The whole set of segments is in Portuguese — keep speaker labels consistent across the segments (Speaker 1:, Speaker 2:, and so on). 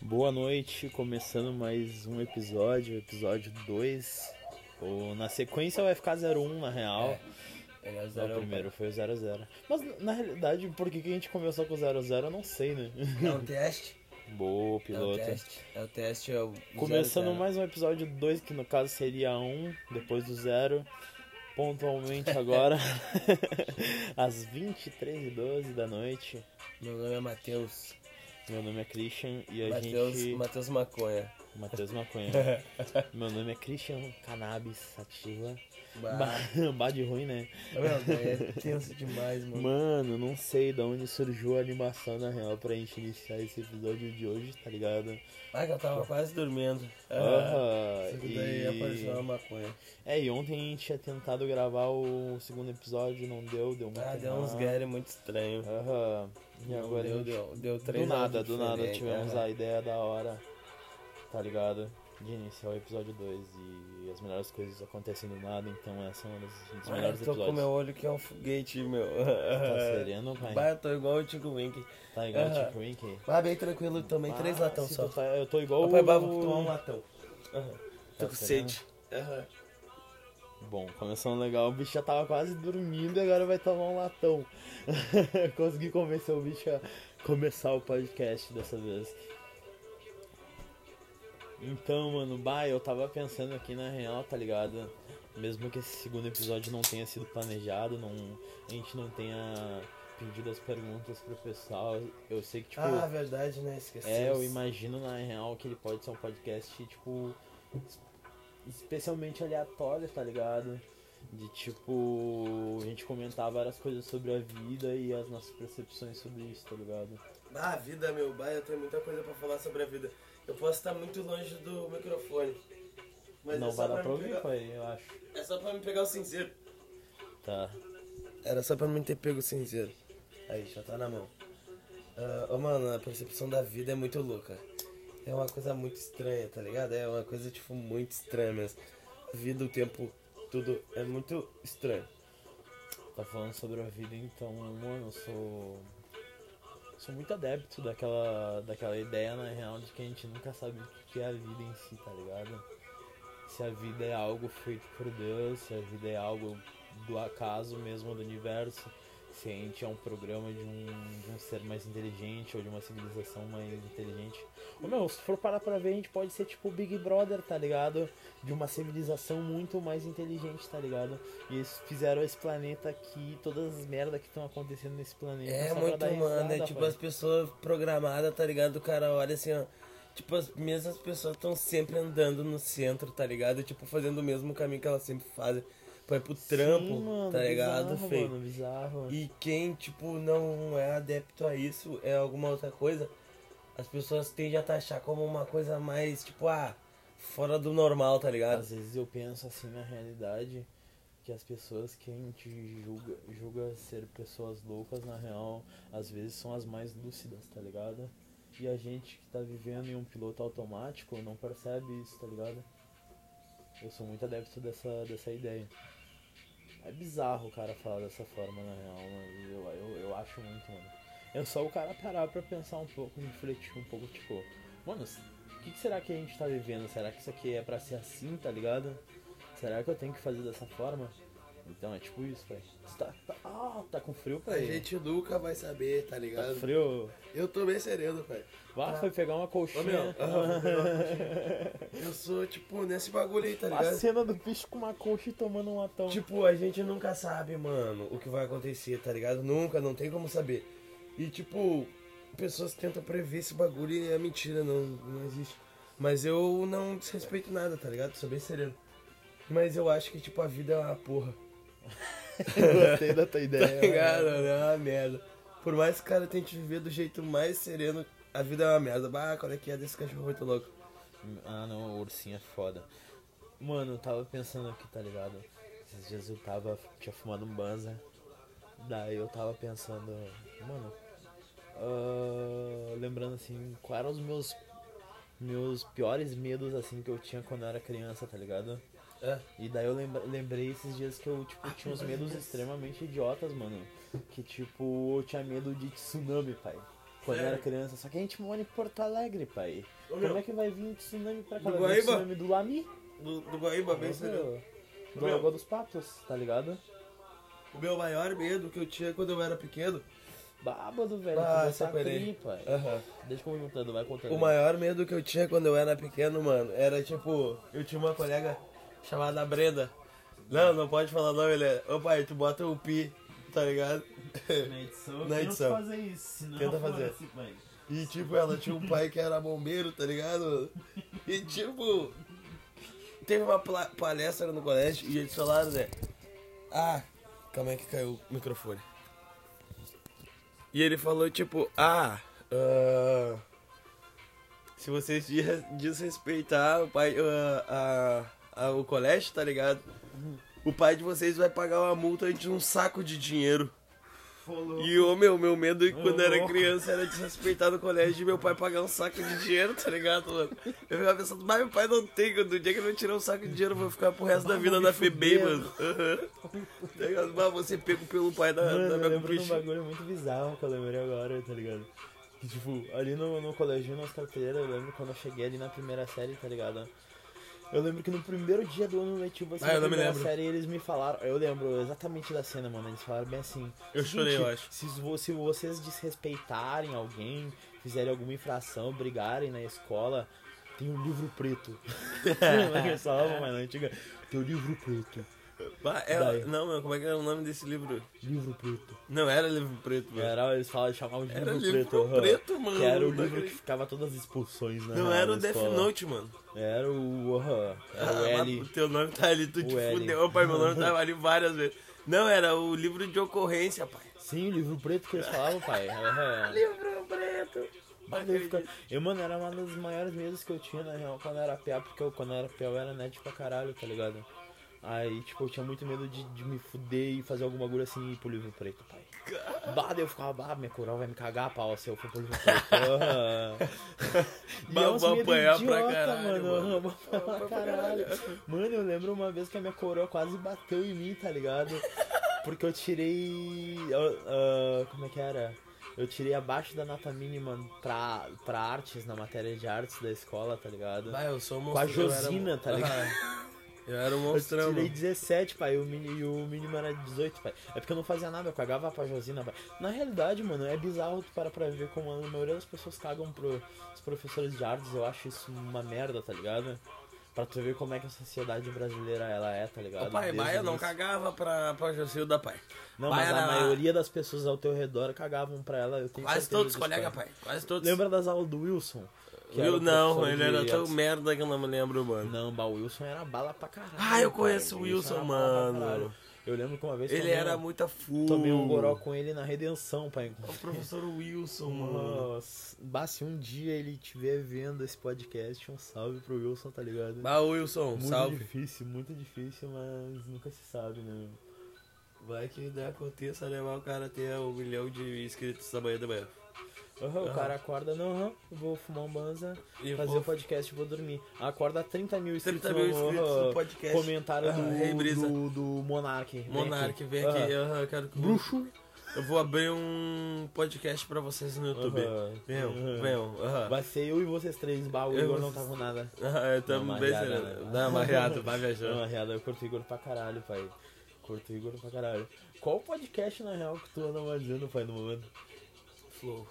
Speaker 1: Boa noite, começando mais um episódio, episódio 2. Ou na sequência vai ficar 01 na real.
Speaker 2: Ele é
Speaker 1: Não,
Speaker 2: zero.
Speaker 1: o primeiro foi o 00. Mas na realidade, por que, que a gente começou com o 00, eu não sei, né?
Speaker 2: É um teste.
Speaker 1: Boa,
Speaker 2: É o
Speaker 1: piloto.
Speaker 2: teste. É o teste. É o
Speaker 1: Começando
Speaker 2: zero, zero.
Speaker 1: mais um episódio 2, que no caso seria 1, um, depois do 0. Pontualmente agora, às 23h12 da noite.
Speaker 2: Meu nome é Matheus.
Speaker 1: Meu nome é Christian e a
Speaker 2: Matheus
Speaker 1: gente.
Speaker 2: Matheus Maconha.
Speaker 1: Matheus Maconha. Meu nome é Christian Cannabis Sativa.
Speaker 2: Bah.
Speaker 1: Bah de ruim, né?
Speaker 2: Meu Deus, é tenso demais, mano.
Speaker 1: Mano, não sei de onde surgiu a animação na real pra gente iniciar esse episódio de hoje, tá ligado?
Speaker 2: Ah, que eu tava quase dormindo. Ah,
Speaker 1: Aham,
Speaker 2: isso daí apareceu uma maconha.
Speaker 1: É, e ontem a gente tinha tentado gravar o segundo episódio, não deu, deu muito
Speaker 2: Ah, deu uns
Speaker 1: errado.
Speaker 2: guerre muito estranho.
Speaker 1: Aham. E
Speaker 2: Não
Speaker 1: agora
Speaker 2: deu,
Speaker 1: a gente...
Speaker 2: deu, deu
Speaker 1: do
Speaker 2: três
Speaker 1: nada,
Speaker 2: áudios
Speaker 1: do nada
Speaker 2: diferentes,
Speaker 1: tivemos
Speaker 2: aham.
Speaker 1: a ideia da hora, tá ligado? De iniciar o episódio 2 e as melhores coisas acontecem do nada, então essa é uma das, um dos
Speaker 2: Ah,
Speaker 1: melhores
Speaker 2: eu tô com
Speaker 1: episódios.
Speaker 2: meu olho que é um foguete, meu.
Speaker 1: Tá sereno, pai?
Speaker 2: Bah, eu tô igual o Tico Wink.
Speaker 1: Tá ligado,
Speaker 2: Aham.
Speaker 1: Chico Wink?
Speaker 2: Ah, bem tranquilo, tomei três
Speaker 1: Ah,
Speaker 2: latão
Speaker 1: se
Speaker 2: só.
Speaker 1: tu tá- eu tô igual
Speaker 2: Papai,
Speaker 1: o-
Speaker 2: bah, vou tomar um latão. Aham.
Speaker 1: Tá
Speaker 2: Tô com
Speaker 1: sereno?
Speaker 2: sede. Aham.
Speaker 1: Bom, começando legal, o bicho já tava quase dormindo e agora vai tomar um latão. Consegui convencer o bicho a começar o podcast dessa vez. Então, mano, bah, eu tava pensando aqui na real, tá ligado? Mesmo que esse segundo episódio não tenha sido planejado, não, a gente não tenha pedido as perguntas pro pessoal, eu sei que, tipo,
Speaker 2: Ah, verdade, né? Esqueci.
Speaker 1: é, eu imagino na real que ele pode ser um podcast, tipo, es- especialmente aleatório, tá ligado? De tipo, a gente comentar várias coisas sobre a vida e as nossas percepções sobre isso, tá ligado?
Speaker 2: Ah, vida, meu pai, eu tenho muita coisa pra falar sobre a vida. Eu posso estar muito longe do microfone. Mas
Speaker 1: Não
Speaker 2: é,
Speaker 1: vai
Speaker 2: só
Speaker 1: dar
Speaker 2: pra
Speaker 1: pra
Speaker 2: me
Speaker 1: ouvir,
Speaker 2: pegar,
Speaker 1: pai, eu acho.
Speaker 2: é só pra me pegar o cinzeiro.
Speaker 1: Tá.
Speaker 2: Era só pra mim ter pego o cinzeiro. Aí, já tá na mão. Ah, ô, mano, a percepção da vida é muito louca. É uma coisa muito estranha, tá ligado? É uma coisa, tipo, muito estranha mesmo. A vida, o tempo, tudo é muito estranho.
Speaker 1: Tá falando sobre a vida, então, mano, eu sou. Sou muito adepto daquela, daquela ideia, na real, de que a gente nunca sabe o que é a vida em si, tá ligado? Se a vida é algo feito por Deus, se a vida é algo do acaso mesmo, do universo, se a gente é um programa de um, de um ser mais inteligente ou de uma civilização mais inteligente. Ô meu, se for parar pra ver, a gente pode ser tipo o Big Brother, tá ligado? De uma civilização muito mais inteligente, tá ligado? E eles fizeram esse planeta aqui, todas as merdas que estão acontecendo nesse planeta.
Speaker 2: É
Speaker 1: só pra
Speaker 2: muito
Speaker 1: dar
Speaker 2: humano, é
Speaker 1: risada,
Speaker 2: tipo
Speaker 1: pai.
Speaker 2: as pessoas programadas, tá ligado? O cara olha assim, ó. Tipo, as mesmas pessoas estão sempre andando no centro, tá ligado? Tipo, fazendo o mesmo caminho que elas sempre fazem. Vai pro trampo,
Speaker 1: Sim, mano,
Speaker 2: tá ligado,
Speaker 1: bizarro,
Speaker 2: feio?
Speaker 1: Mano, bizarro.
Speaker 2: E quem, tipo, não é adepto a isso, é alguma outra coisa, as pessoas tendem a taxar como uma coisa mais, tipo, ah, fora do normal, tá ligado?
Speaker 1: Às vezes eu penso assim na realidade que as pessoas que a gente julga, julga ser pessoas loucas, na real, às vezes são as mais lúcidas, tá ligado? E a gente que tá vivendo em um piloto automático não percebe isso, tá ligado? Eu sou muito adepto dessa, dessa ideia. É bizarro o cara falar dessa forma, na real, mas eu, eu, eu acho muito, mano. É só o cara parar pra pensar um pouco, refletir um pouco, tipo, mano, o que, que será que a gente tá vivendo? Será que isso aqui é pra ser assim, tá ligado? Será que eu tenho que fazer dessa forma? Então é tipo isso, pai. Você tá, tá, ah, tá com frio, pai?
Speaker 2: nunca vai saber, tá
Speaker 1: Tá com frio?
Speaker 2: Eu tô bem sereno, pai.
Speaker 1: Vá, foi pegar uma
Speaker 2: Ô, meu,
Speaker 1: colchinha.
Speaker 2: ah, foi pegar uma Eu sou, tipo, nesse bagulho aí, tá
Speaker 1: a cena do bicho com uma colcha e tomando um latão.
Speaker 2: Tipo, a gente nunca sabe, mano, o que vai acontecer, tá ligado? Nunca, não tem como saber. E, tipo, pessoas tentam prever esse bagulho e é mentira, não, não existe. Mas eu não desrespeito nada, tá ligado? Sou bem sereno. Mas eu acho que, tipo, a vida é uma porra.
Speaker 1: gostei da tua
Speaker 2: Tá
Speaker 1: ideia.
Speaker 2: ligado? mano? É uma merda. Por mais que o cara tente viver do jeito mais sereno, a vida é uma merda. Bah, qual é que é desse cachorro muito louco?
Speaker 1: Ah não, o ursinho é foda. Mano, eu tava pensando aqui, tá ligado? Esses dias eu tava. tinha fumado um banza. Daí eu tava pensando. Mano. ah, lembrando assim, quais eram os meus. Meus piores medos assim que eu tinha quando eu era criança, tá ligado?
Speaker 2: É.
Speaker 1: E daí eu lembra- lembrei esses dias que eu,
Speaker 2: Ah,
Speaker 1: tipo, tinha uns medos extremamente idiotas, mano. Que tipo, eu tinha medo de tsunami, pai. quando
Speaker 2: Sério?
Speaker 1: era criança. Só que a gente mora em Porto Alegre, pai.
Speaker 2: Ô, meu.
Speaker 1: Como é que vai vir tsunami pra cá?
Speaker 2: Do
Speaker 1: Vai vir
Speaker 2: Guaíba?
Speaker 1: tsunami do Lami?
Speaker 2: Do, do Guaíba, bem sério.
Speaker 1: Do
Speaker 2: Meu.
Speaker 1: Lagoa dos Patos, tá ligado?
Speaker 2: O meu maior medo que eu tinha quando eu era pequeno.
Speaker 1: Bábado, velho.
Speaker 2: Ah,
Speaker 1: tu
Speaker 2: essa
Speaker 1: botar
Speaker 2: perei.
Speaker 1: tri, pai.
Speaker 2: Aham.
Speaker 1: Deixa eu contando, vai contando.
Speaker 2: O maior medo que eu tinha quando eu era pequeno, mano, era tipo, eu tinha uma colega chamada Brenda. Não, não pode falar nome, né? Ô pai, tu bota o pi, tá ligado?
Speaker 3: Na edição,
Speaker 2: Na
Speaker 3: tenta
Speaker 2: edição.
Speaker 3: fazer isso, senão
Speaker 2: Tenta
Speaker 3: foda-se,
Speaker 1: assim,
Speaker 2: fazer.
Speaker 3: pai.
Speaker 2: E tipo, ela tinha um pai que era bombeiro, tá ligado? E tipo, teve uma pla- palestra no colégio e eles falaram, né? Ah, calma aí que caiu o microfone. E ele falou, tipo, ah, ah, se vocês des- desrespeitar o pai, ah, ah, ah, o colégio, tá ligado? O pai de vocês vai pagar uma multa de um saco de dinheiro.
Speaker 3: Falou.
Speaker 2: E o meu, meu medo é que quando eu era criança era desrespeitar no colégio e meu pai pagar um saco de dinheiro, tá ligado, mano? Eu ficava pensando, mas meu pai não tem, quando o dia que ele não tirar um saco de dinheiro, eu vou ficar pro resto da vida na FEBEM, mano. Aham. Tá ligado? Mas você pego pelo pai da,
Speaker 1: Mano,
Speaker 2: da
Speaker 1: eu lembro
Speaker 2: minha
Speaker 1: de um
Speaker 2: competição.
Speaker 1: bagulho muito bizarro que eu lembrei agora, tá ligado? Que, tipo, ali no, no colégio, nas carteiras, eu lembro quando eu cheguei ali na primeira série, tá ligado? Eu lembro que no primeiro dia do ano letivo, assim,
Speaker 2: Ah,
Speaker 1: na
Speaker 2: eu não me
Speaker 1: primeira
Speaker 2: lembro.
Speaker 1: série, eles me falaram, eu lembro exatamente da cena, mano, eles falaram bem assim...
Speaker 2: Eu
Speaker 1: "Seguinte,
Speaker 2: chorei, eu acho.
Speaker 1: Se, vo- se vocês desrespeitarem alguém, fizerem alguma infração, brigarem na escola, tem um livro preto. Eu falava, mas na antiga, tem o livro preto,
Speaker 2: Bah, ela-
Speaker 1: Daí.
Speaker 2: não, mano, como é que era o nome desse livro?
Speaker 1: livro preto.
Speaker 2: Não, era livro preto,
Speaker 1: No
Speaker 2: mano.
Speaker 1: geral, Tipo, eles falavam, chamavam de
Speaker 2: É. Era
Speaker 1: livro,
Speaker 2: livro
Speaker 1: preto. aham.
Speaker 2: preto, mano.
Speaker 1: Que era o
Speaker 2: Não
Speaker 1: livro que
Speaker 2: acredito.
Speaker 1: ficava todas as expulsões, né?
Speaker 2: Não
Speaker 1: na-
Speaker 2: era o
Speaker 1: na
Speaker 2: Death
Speaker 1: escola.
Speaker 2: Note, mano.
Speaker 1: Era o. aham, era o
Speaker 2: Ah,
Speaker 1: L.
Speaker 2: mas o teu nome tá ali, tu
Speaker 1: O
Speaker 2: te
Speaker 1: L.
Speaker 2: fudeu. Ô, pai, meu nome tava ali várias vezes. Não, era o livro de ocorrência, pai.
Speaker 1: Sim, o livro preto que eles falavam, pai. Aham.
Speaker 2: Livro preto.
Speaker 1: Mas eu fica- Eu, mano, era uma das maiores mesas que eu tinha, na real, quando eu era PA, porque eu, quando eu era PA eu era nerd pra caralho, tá ligado? Aí, tipo, eu tinha muito medo de, de me fuder e fazer algum bagulho assim e ir pro livro preto, pai. Bah, daí eu ficava, bah, minha coral vai me cagar a pau se eu for pro livro preto. Aham. E
Speaker 2: Bah,
Speaker 1: é uns
Speaker 2: vou
Speaker 1: medo
Speaker 2: apanhar pra
Speaker 1: idiota,
Speaker 2: caralho, mano.
Speaker 1: Aham, vou apanhar pra caralho. Mano, eu lembro uma vez que a minha coroa quase bateu em mim, tá ligado? Porque eu tirei. ah, ah, como é que era? Eu tirei abaixo da nota mínima pra, pra artes, na matéria de artes da escola, tá ligado?
Speaker 2: Bah, eu sou um
Speaker 1: Com a
Speaker 2: monstrão. eu
Speaker 1: Josina,
Speaker 2: era...
Speaker 1: tá ligado?
Speaker 2: Eu era um
Speaker 1: Eu
Speaker 2: monstrão,
Speaker 1: tirei
Speaker 2: mano.
Speaker 1: 17, pai, e o, mini- e o mínimo era 18, pai. É porque eu não fazia nada, eu cagava pra Josina, pai. Na realidade, mano, é bizarro tu parar pra ver como a maioria das pessoas cagam pro, os professores de artes. Eu acho isso uma merda, tá ligado? Pra tu ver como é que a sociedade brasileira ela é, tá ligado?
Speaker 2: Ô, pai,
Speaker 1: Desde
Speaker 2: bah, eu não
Speaker 1: isso.
Speaker 2: cagava pra, pra Josilda, pai.
Speaker 1: Não,
Speaker 2: Pai,
Speaker 1: mas
Speaker 2: era-
Speaker 1: a maioria das pessoas ao teu redor cagavam pra ela, eu tenho
Speaker 2: Quase
Speaker 1: certeza
Speaker 2: todos,
Speaker 1: disso,
Speaker 2: colega, pai. Quase todos.
Speaker 1: Lembra das aulas do Wilson? Que era
Speaker 2: Eu
Speaker 1: o
Speaker 2: não,
Speaker 1: professor
Speaker 2: ele
Speaker 1: de
Speaker 2: era tão
Speaker 1: artes?
Speaker 2: merda que eu não me lembro, mano.
Speaker 1: Não, bah, o Wilson era bala pra caralho.
Speaker 2: Ah, eu
Speaker 1: pai.
Speaker 2: conheço o Wilson,
Speaker 1: era bala pra
Speaker 2: mano.
Speaker 1: caralho. Eu lembro que uma vez
Speaker 2: Ele
Speaker 1: tomei
Speaker 2: era
Speaker 1: um-
Speaker 2: muita full.
Speaker 1: Tomei um goró com ele na redenção, pai.
Speaker 2: O professor Wilson, mano.
Speaker 1: Nossa. Bah, se um dia ele estiver vendo esse podcast, um salve pro Wilson, tá ligado?
Speaker 2: Bah, Wilson,
Speaker 1: muito
Speaker 2: salve.
Speaker 1: difícil, muito difícil, mas nunca se sabe, né?
Speaker 2: Vai que dá aconteça levar o cara até um milhão de inscritos da manhã da manhã.
Speaker 1: Aham,
Speaker 2: Ah.
Speaker 1: O cara acorda, não, aham, vou fumar um banza,
Speaker 2: E
Speaker 1: fazer
Speaker 2: vou-
Speaker 1: o podcast né? e vou dormir. Acorda 30 mil inscritos,
Speaker 2: 30 mil
Speaker 1: no,
Speaker 2: inscritos
Speaker 1: aham,
Speaker 2: no podcast.
Speaker 1: Comentário do,
Speaker 2: Ah, Rei Brisa.
Speaker 1: do, do Monark. vem
Speaker 2: Monark, vem
Speaker 1: Aham.
Speaker 2: aqui. Aham, quero que.
Speaker 1: Ah. Bruxo.
Speaker 2: Eu vou abrir um podcast pra vocês no YouTube.
Speaker 1: Aham.
Speaker 2: Venham,
Speaker 1: Aham.
Speaker 2: venham. aham.
Speaker 1: Vai ser eu e vocês três, bah, o
Speaker 2: Eu-
Speaker 1: Igor não tava nada.
Speaker 2: Ah, eu
Speaker 1: Dá
Speaker 2: tamo
Speaker 1: uma
Speaker 2: bem
Speaker 1: riada,
Speaker 2: sereno.
Speaker 1: né?
Speaker 2: Dá uma riada, vai viajando.
Speaker 1: Na real, eu curto o Igor pra caralho, pai. Curto o Igor pra caralho. Qual podcast, na real, que tu anda mais vendo, pai, no momento?
Speaker 2: Flow.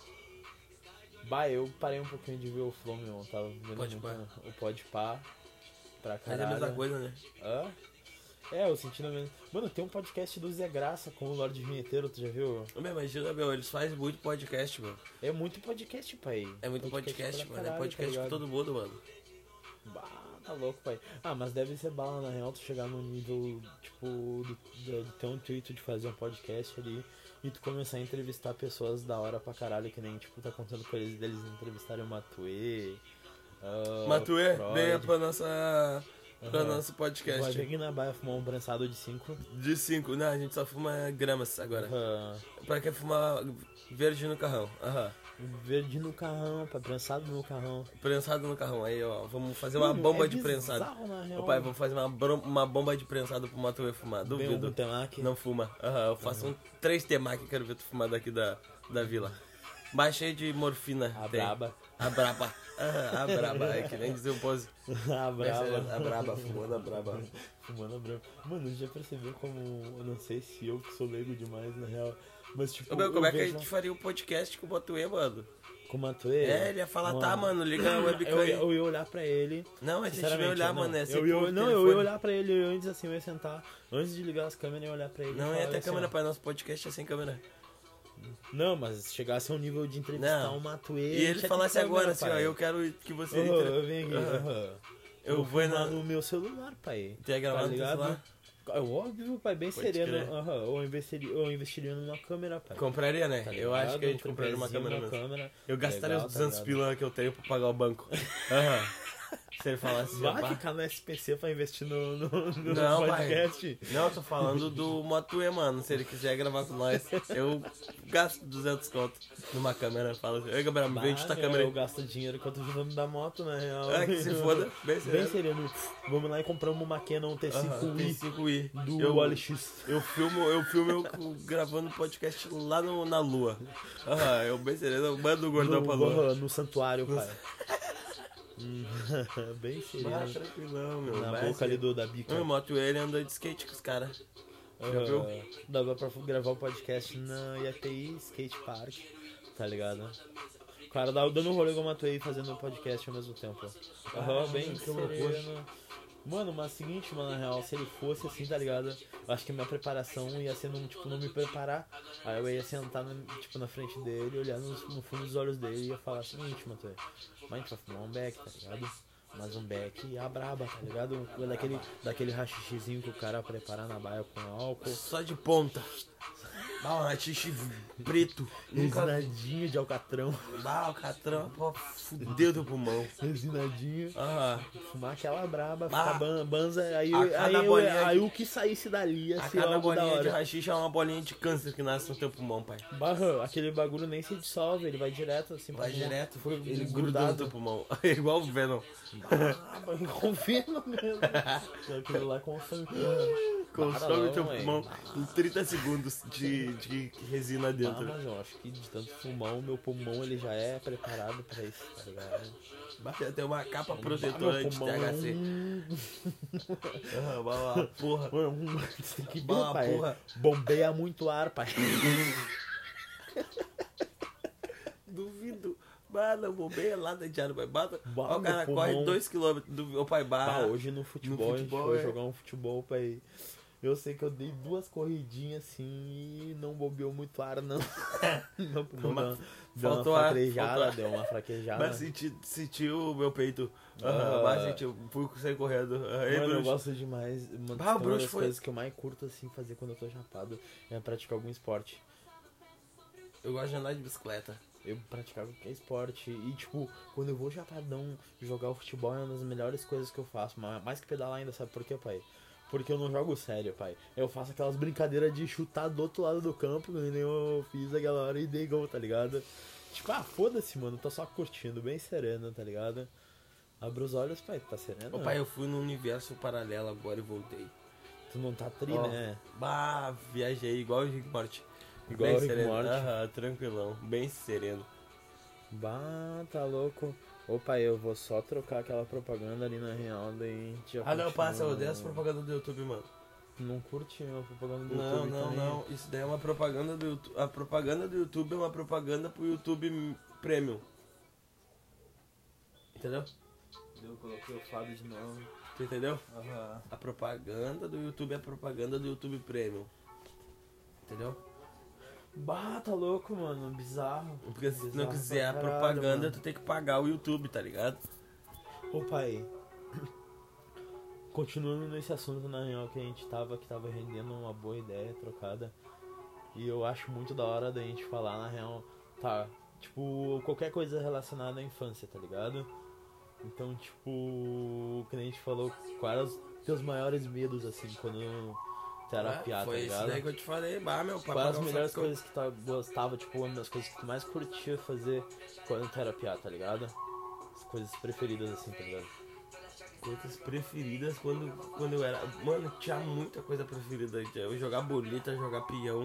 Speaker 1: Bah, eu parei um pouquinho de ver o Flow, meu. Tava vendo
Speaker 2: Podpah.
Speaker 1: muito o Podpah pra
Speaker 2: Mas
Speaker 1: caralho.
Speaker 2: é a mesma coisa, né?
Speaker 1: Hã? É, eu senti na mesma... Mano, tem um podcast do Zé Graça com o Lorde Vinheteiro, tu já viu?
Speaker 2: Ô, Meu, imagina, meu, eles fazem muito podcast, mano.
Speaker 1: É muito podcast, pai.
Speaker 2: É muito podcast,
Speaker 1: pra
Speaker 2: mano.
Speaker 1: caralho,
Speaker 2: é
Speaker 1: tá
Speaker 2: podcast com
Speaker 1: ligado?
Speaker 2: todo mundo, mano.
Speaker 1: Bah, tá louco, pai. Ah, mas deve ser bala, na real, tu chegar no nível, tipo, do, do, do teu intuito de fazer um podcast ali e tu começar a entrevistar pessoas da hora pra caralho, que nem, tipo, tá acontecendo com eles, deles entrevistarem o Matuê. ah,
Speaker 2: Matuê,
Speaker 1: Freud.
Speaker 2: venha pra nossa. Pra
Speaker 1: Aham.
Speaker 2: nosso
Speaker 1: Vai
Speaker 2: podcast.
Speaker 1: vir aqui na Baia fumar um brançado de 5.
Speaker 2: De cinco. Não, a gente só fuma gramas agora.
Speaker 1: ah,
Speaker 2: Pra quem fumar verde no carrão. Aham.
Speaker 1: um verde no carrão, pai, prensado no carrão.
Speaker 2: Prensado no carrão. Aí, ó. Vamos fazer uma
Speaker 1: Mano,
Speaker 2: bomba
Speaker 1: é
Speaker 2: de prensado.
Speaker 1: bizarro, na real.
Speaker 2: Ô pai, vou fazer uma, brom- uma bomba de prensado pro Matuê fumar.
Speaker 1: Vem
Speaker 2: Duvido.
Speaker 1: um temaki.
Speaker 2: Não fuma. Aham, eu faço um três temaki que quero ver tu fumar daqui da, da vila. Mas cheio de morfina.
Speaker 1: A
Speaker 2: tem.
Speaker 1: braba.
Speaker 2: A braba. Ah, a braba. É que nem dizer o pose.
Speaker 1: A braba.
Speaker 2: é, A braba, fumando a braba.
Speaker 1: Fumando a braba. Mano, já percebeu como. Eu não sei se eu que sou leigo demais, na real. Mas tipo.
Speaker 2: Ô, meu, como
Speaker 1: eu
Speaker 2: é que a
Speaker 1: vejo-
Speaker 2: gente faria o podcast com o Botuê, mano?
Speaker 1: Com a tua-
Speaker 2: É, ele ia falar, tá, mano, liga a webcam
Speaker 1: Eu,
Speaker 2: aí.
Speaker 1: eu ia olhar pra ele.
Speaker 2: Não, a gente
Speaker 1: Sinceramente,
Speaker 2: vai olhar,
Speaker 1: não.
Speaker 2: mano. É
Speaker 1: eu,
Speaker 2: sempre
Speaker 1: ia,
Speaker 2: o
Speaker 1: não, eu
Speaker 2: telefone.
Speaker 1: ia olhar pra ele eu antes assim, eu ia sentar. Antes de ligar as câmeras, eu ia olhar pra ele. e
Speaker 2: Não
Speaker 1: falar
Speaker 2: ia ter
Speaker 1: assim,
Speaker 2: câmera
Speaker 1: ó,
Speaker 2: pra nosso podcast é sem câmera.
Speaker 1: Não, mas chegasse a um nível de entrevistar
Speaker 2: Não.
Speaker 1: o Matuê.
Speaker 2: E ele falasse agora assim, ó, eu
Speaker 1: quero.
Speaker 2: quero que você.
Speaker 1: Eu,
Speaker 2: entre-
Speaker 1: venho aqui.
Speaker 2: Aham.
Speaker 1: aham.
Speaker 2: Eu vou
Speaker 1: filmar
Speaker 2: na.
Speaker 1: no meu celular, pai.
Speaker 2: Tem a gravada
Speaker 1: Tá
Speaker 2: no
Speaker 1: ligado?
Speaker 2: celular?
Speaker 1: É óbvio, pai, bem
Speaker 2: Pode crer.
Speaker 1: sereno. Aham, eu, investiria, eu investiria numa câmera, pai.
Speaker 2: Compraria, né?
Speaker 1: Tá
Speaker 2: eu acho
Speaker 1: ligado?
Speaker 2: que a gente
Speaker 1: Um
Speaker 2: compraria uma
Speaker 1: tripézinho,
Speaker 2: câmera
Speaker 1: uma
Speaker 2: mesmo.
Speaker 1: câmera.
Speaker 2: Eu gastaria
Speaker 1: Legal,
Speaker 2: os
Speaker 1: tá
Speaker 2: 200
Speaker 1: ligado?
Speaker 2: pila que eu tenho pra pagar o banco. Aham. Se ele falasse assim, ó,
Speaker 1: Vai
Speaker 2: bah.
Speaker 1: ficar no SPC pra investir no, no, no
Speaker 2: Não, pai.
Speaker 1: podcast.
Speaker 2: Não, eu tô falando do Motue, mano. Se ele quiser gravar com nós, eu gasto 200 conto numa câmera. Fala assim, ei, Gabriel, me vende
Speaker 1: Bah,
Speaker 2: tua
Speaker 1: meu,
Speaker 2: câmera
Speaker 1: né? Eu
Speaker 2: aí.
Speaker 1: gasto dinheiro enquanto eu tô da moto, na real.
Speaker 2: Ah, que se foda. Bem
Speaker 1: Bem
Speaker 2: sereno.
Speaker 1: sereno. Vamos lá e compramos uma Canon
Speaker 2: Aham, tem
Speaker 1: T5i
Speaker 2: 5i.
Speaker 1: do
Speaker 2: eu,
Speaker 1: OLX.
Speaker 2: eu filmo, eu filmo eu co- gravando podcast lá no- na lua. Aham, eu bem sereno, eu mando o gordão pra
Speaker 1: no,
Speaker 2: lua.
Speaker 1: no, no santuário, pai. Hum, bem
Speaker 2: Bah,
Speaker 1: sereno.
Speaker 2: tranquilão, meu.
Speaker 1: Na
Speaker 2: Bah,
Speaker 1: boca ali
Speaker 2: sereno.
Speaker 1: do, da bica.
Speaker 2: Meu moto ele anda de skate com os caras. já
Speaker 1: Ah,
Speaker 2: viu?
Speaker 1: Dava pra gravar o podcast na IAPI Skate Park, tá ligado? O cara dava dando um rolê como a Tuei fazendo o podcast ao mesmo tempo. Aham, bem
Speaker 2: Ah, que loucura.
Speaker 1: sereno. Mano, mas seguinte, mano, na real, se ele fosse assim, tá ligado? Eu acho que minha preparação ia ser num, tipo, não me preparar. Aí eu ia sentar, na- tipo, na frente dele, olhar no, no fundo dos olhos dele e ia falar o seguinte, é Matuê. Mas a gente vai fumar um beck, tá ligado? Mas um beck e a braba, tá ligado? Um- Daquele, daquele rachixizinho que o cara prepara na baia com álcool.
Speaker 2: Só de ponta. Dá um ratiche preto. Nunca
Speaker 1: Resinadinho de alcatrão.
Speaker 2: Bah, o catrão, pô, fudeu teu pulmão. Ah,
Speaker 1: Resinadinho.
Speaker 2: Aham.
Speaker 1: Fumar aquela braba,
Speaker 2: Bah.
Speaker 1: ficar ban- banza. Aí,
Speaker 2: A cada
Speaker 1: aí, eu-
Speaker 2: bolinha de-
Speaker 1: aí o que saísse dali ia
Speaker 2: A
Speaker 1: ser
Speaker 2: cada
Speaker 1: algo da
Speaker 2: bolinha de
Speaker 1: hora.
Speaker 2: rachixe é uma bolinha de câncer que nasce no teu pulmão, pai.
Speaker 1: Barra, aquele bagulho nem se dissolve, ele vai direto assim
Speaker 2: Vai
Speaker 1: pra-
Speaker 2: direto,
Speaker 1: Foi
Speaker 2: ele gruda no
Speaker 1: grudado.
Speaker 2: teu
Speaker 1: Ah,
Speaker 2: pulmão. É igual o Venom.
Speaker 1: Confirma mesmo. Aquilo lá é Ah, consome.
Speaker 2: Consome
Speaker 1: não,
Speaker 2: teu
Speaker 1: hein.
Speaker 2: pulmão em 30 segundos de, de resina
Speaker 1: Ah,
Speaker 2: dentro.
Speaker 1: mas eu acho que de tanto fumar, o meu pulmão ele já é preparado pra isso, tá ligado?
Speaker 2: Bate até uma capa
Speaker 1: Ah,
Speaker 2: protetora
Speaker 1: meu
Speaker 2: de
Speaker 1: pulmão é
Speaker 2: THC.
Speaker 1: um-
Speaker 2: Aham, vai lá, porra.
Speaker 1: Mano, um- tem que ver,
Speaker 2: Bala,
Speaker 1: pai.
Speaker 2: é porra.
Speaker 1: Bombeia muito ar, pai.
Speaker 2: Duvido. Bala, vou bem lada de ar, pai. Bata.
Speaker 1: Bah,
Speaker 2: Ó, o cara
Speaker 1: meu
Speaker 2: corre
Speaker 1: pulmão.
Speaker 2: 2km. Do... Ô, pai,
Speaker 1: Bah,
Speaker 2: barra.
Speaker 1: hoje no futebol, a gente
Speaker 2: Ah, futebol,
Speaker 1: foi
Speaker 2: é.
Speaker 1: jogar um futebol, pai. Eu sei que eu dei duas corridinhas assim e não bombeou muito ar, não. Meu pulmão
Speaker 2: Mas
Speaker 1: deu, deu
Speaker 2: faltou
Speaker 1: uma
Speaker 2: ar,
Speaker 1: fraquejada,
Speaker 2: faltou ar.
Speaker 1: deu uma fraquejada.
Speaker 2: Mas senti, senti o meu peito.
Speaker 1: Ah.
Speaker 2: Aham, Mas senti, fui sair correndo. Aham, é ei,
Speaker 1: Mano, eu
Speaker 2: Bruno.
Speaker 1: gosto demais. Uma
Speaker 2: Bah,
Speaker 1: das
Speaker 2: o Bruxo
Speaker 1: primeiras
Speaker 2: foi-
Speaker 1: coisas que eu mais curto assim fazer quando eu tô chapado é praticar algum esporte.
Speaker 2: Eu gosto de andar de bicicleta.
Speaker 1: Eu praticar qualquer esporte. E tipo, quando eu vou chapadão jogar o futebol é uma das melhores coisas que eu faço. ma- Mais que pedalar ainda, sabe por quê, pai? Porque eu não jogo sério, pai. Eu faço aquelas brincadeiras de chutar do outro lado do campo, que nem eu fiz aquela hora e dei gol, tá ligado? Tipo, ah, foda-se, mano, tô só curtindo, bem sereno, tá ligado? Abre os olhos, pai, tá sereno?
Speaker 2: Ô, pai, eu fui num universo paralelo agora e voltei.
Speaker 1: Tu não tá tri,
Speaker 2: Ó,
Speaker 1: né?
Speaker 2: Bah, viajei igual o Rick Morty.
Speaker 1: Igual
Speaker 2: bem
Speaker 1: o Rick
Speaker 2: sereno.
Speaker 1: Morty.
Speaker 2: Aham, tranquilão. Bem sereno.
Speaker 1: Bah, tá louco. Opa, eu vou só trocar aquela propaganda ali na real, daí a gente já
Speaker 2: Ah, não,
Speaker 1: continua.
Speaker 2: passa. Eu odeio as propagandas do YouTube, mano.
Speaker 1: Tipo, Não curti a propaganda do
Speaker 2: Não,
Speaker 1: YouTube
Speaker 2: não,
Speaker 1: também.
Speaker 2: não. Isso daí é uma propaganda do YouTube. A propaganda do YouTube é uma propaganda pro YouTube Premium. Entendeu?
Speaker 1: Eu coloquei o Fábio de novo.
Speaker 2: Tu entendeu?
Speaker 4: Aham.
Speaker 2: A propaganda do YouTube é a propaganda do YouTube Premium. Entendeu?
Speaker 1: Bah, tá louco, mano. Bizarro.
Speaker 2: Porque se tu não
Speaker 1: Bizarro
Speaker 2: quiser a
Speaker 1: pra caralho,
Speaker 2: propaganda,
Speaker 1: mano.
Speaker 2: tu tem que pagar o YouTube, tá ligado?
Speaker 1: Ô pai. Continuando nesse assunto na real que a gente tava, que tava rendendo uma boa ideia trocada. E eu acho muito da hora da gente falar na real, tá, tipo, qualquer coisa relacionada à infância, tá ligado? Então, tipo, que nem a gente falou, quais eram os teus maiores medos, assim, quando tu era
Speaker 2: Ah,
Speaker 1: piada, tá
Speaker 2: Foi isso
Speaker 1: ligado?
Speaker 2: daí que eu te falei, bah, meu pai.
Speaker 1: Quais as
Speaker 2: pagar um
Speaker 1: melhores
Speaker 2: saco-
Speaker 1: coisas que tu gostava, tipo, uma das coisas que tu mais curtia fazer quando tu era piá, tá ligado? As coisas preferidas assim, tá ligado?
Speaker 2: Coisas preferidas quando, quando eu era. Mano, tinha muita coisa preferida. Eu jogar bolita, jogar peão,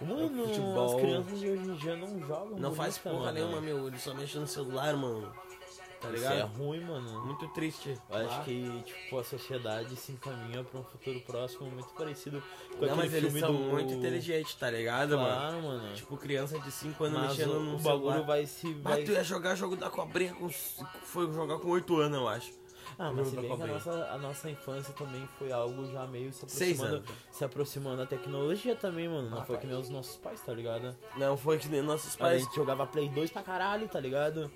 Speaker 1: Mano,
Speaker 2: Futebol.
Speaker 1: as crianças de hoje em dia É não jogam.
Speaker 2: Não faz
Speaker 1: bonita,
Speaker 2: porra
Speaker 1: mano.
Speaker 2: nenhuma, meu. Ele só mexe no celular, mano. Tá
Speaker 1: Isso é
Speaker 2: ligado?
Speaker 1: ruim, mano.
Speaker 2: Muito triste.
Speaker 1: Eu acho
Speaker 2: Ah.
Speaker 1: que, tipo, a sociedade se encaminha pra um futuro próximo muito parecido com aquele
Speaker 2: Não, mas eles
Speaker 1: filme
Speaker 2: são
Speaker 1: do...
Speaker 2: muito inteligentes, tá ligado, mano?
Speaker 1: Claro, mano.
Speaker 2: Tipo, criança de 5 anos
Speaker 1: mas
Speaker 2: mexendo
Speaker 1: o,
Speaker 2: no
Speaker 1: o
Speaker 2: celular.
Speaker 1: bagulho vai se...
Speaker 2: Mas
Speaker 1: Vai...
Speaker 2: tu ia jogar jogo da cobrinha com. c- Foi jogar com 8 anos, eu acho.
Speaker 1: Ah, mas se
Speaker 2: jogo
Speaker 1: bem
Speaker 2: da
Speaker 1: que a
Speaker 2: cobrinha.
Speaker 1: nossa, a nossa infância também foi algo já meio se
Speaker 2: Seis
Speaker 1: aproximando, se aproximando da tecnologia também, mano. Não foi que nem os nossos pais, tá ligado?
Speaker 2: Não, foi que nem nossos
Speaker 1: A
Speaker 2: pais.
Speaker 1: gente jogava Play 2 pra caralho, tá ligado?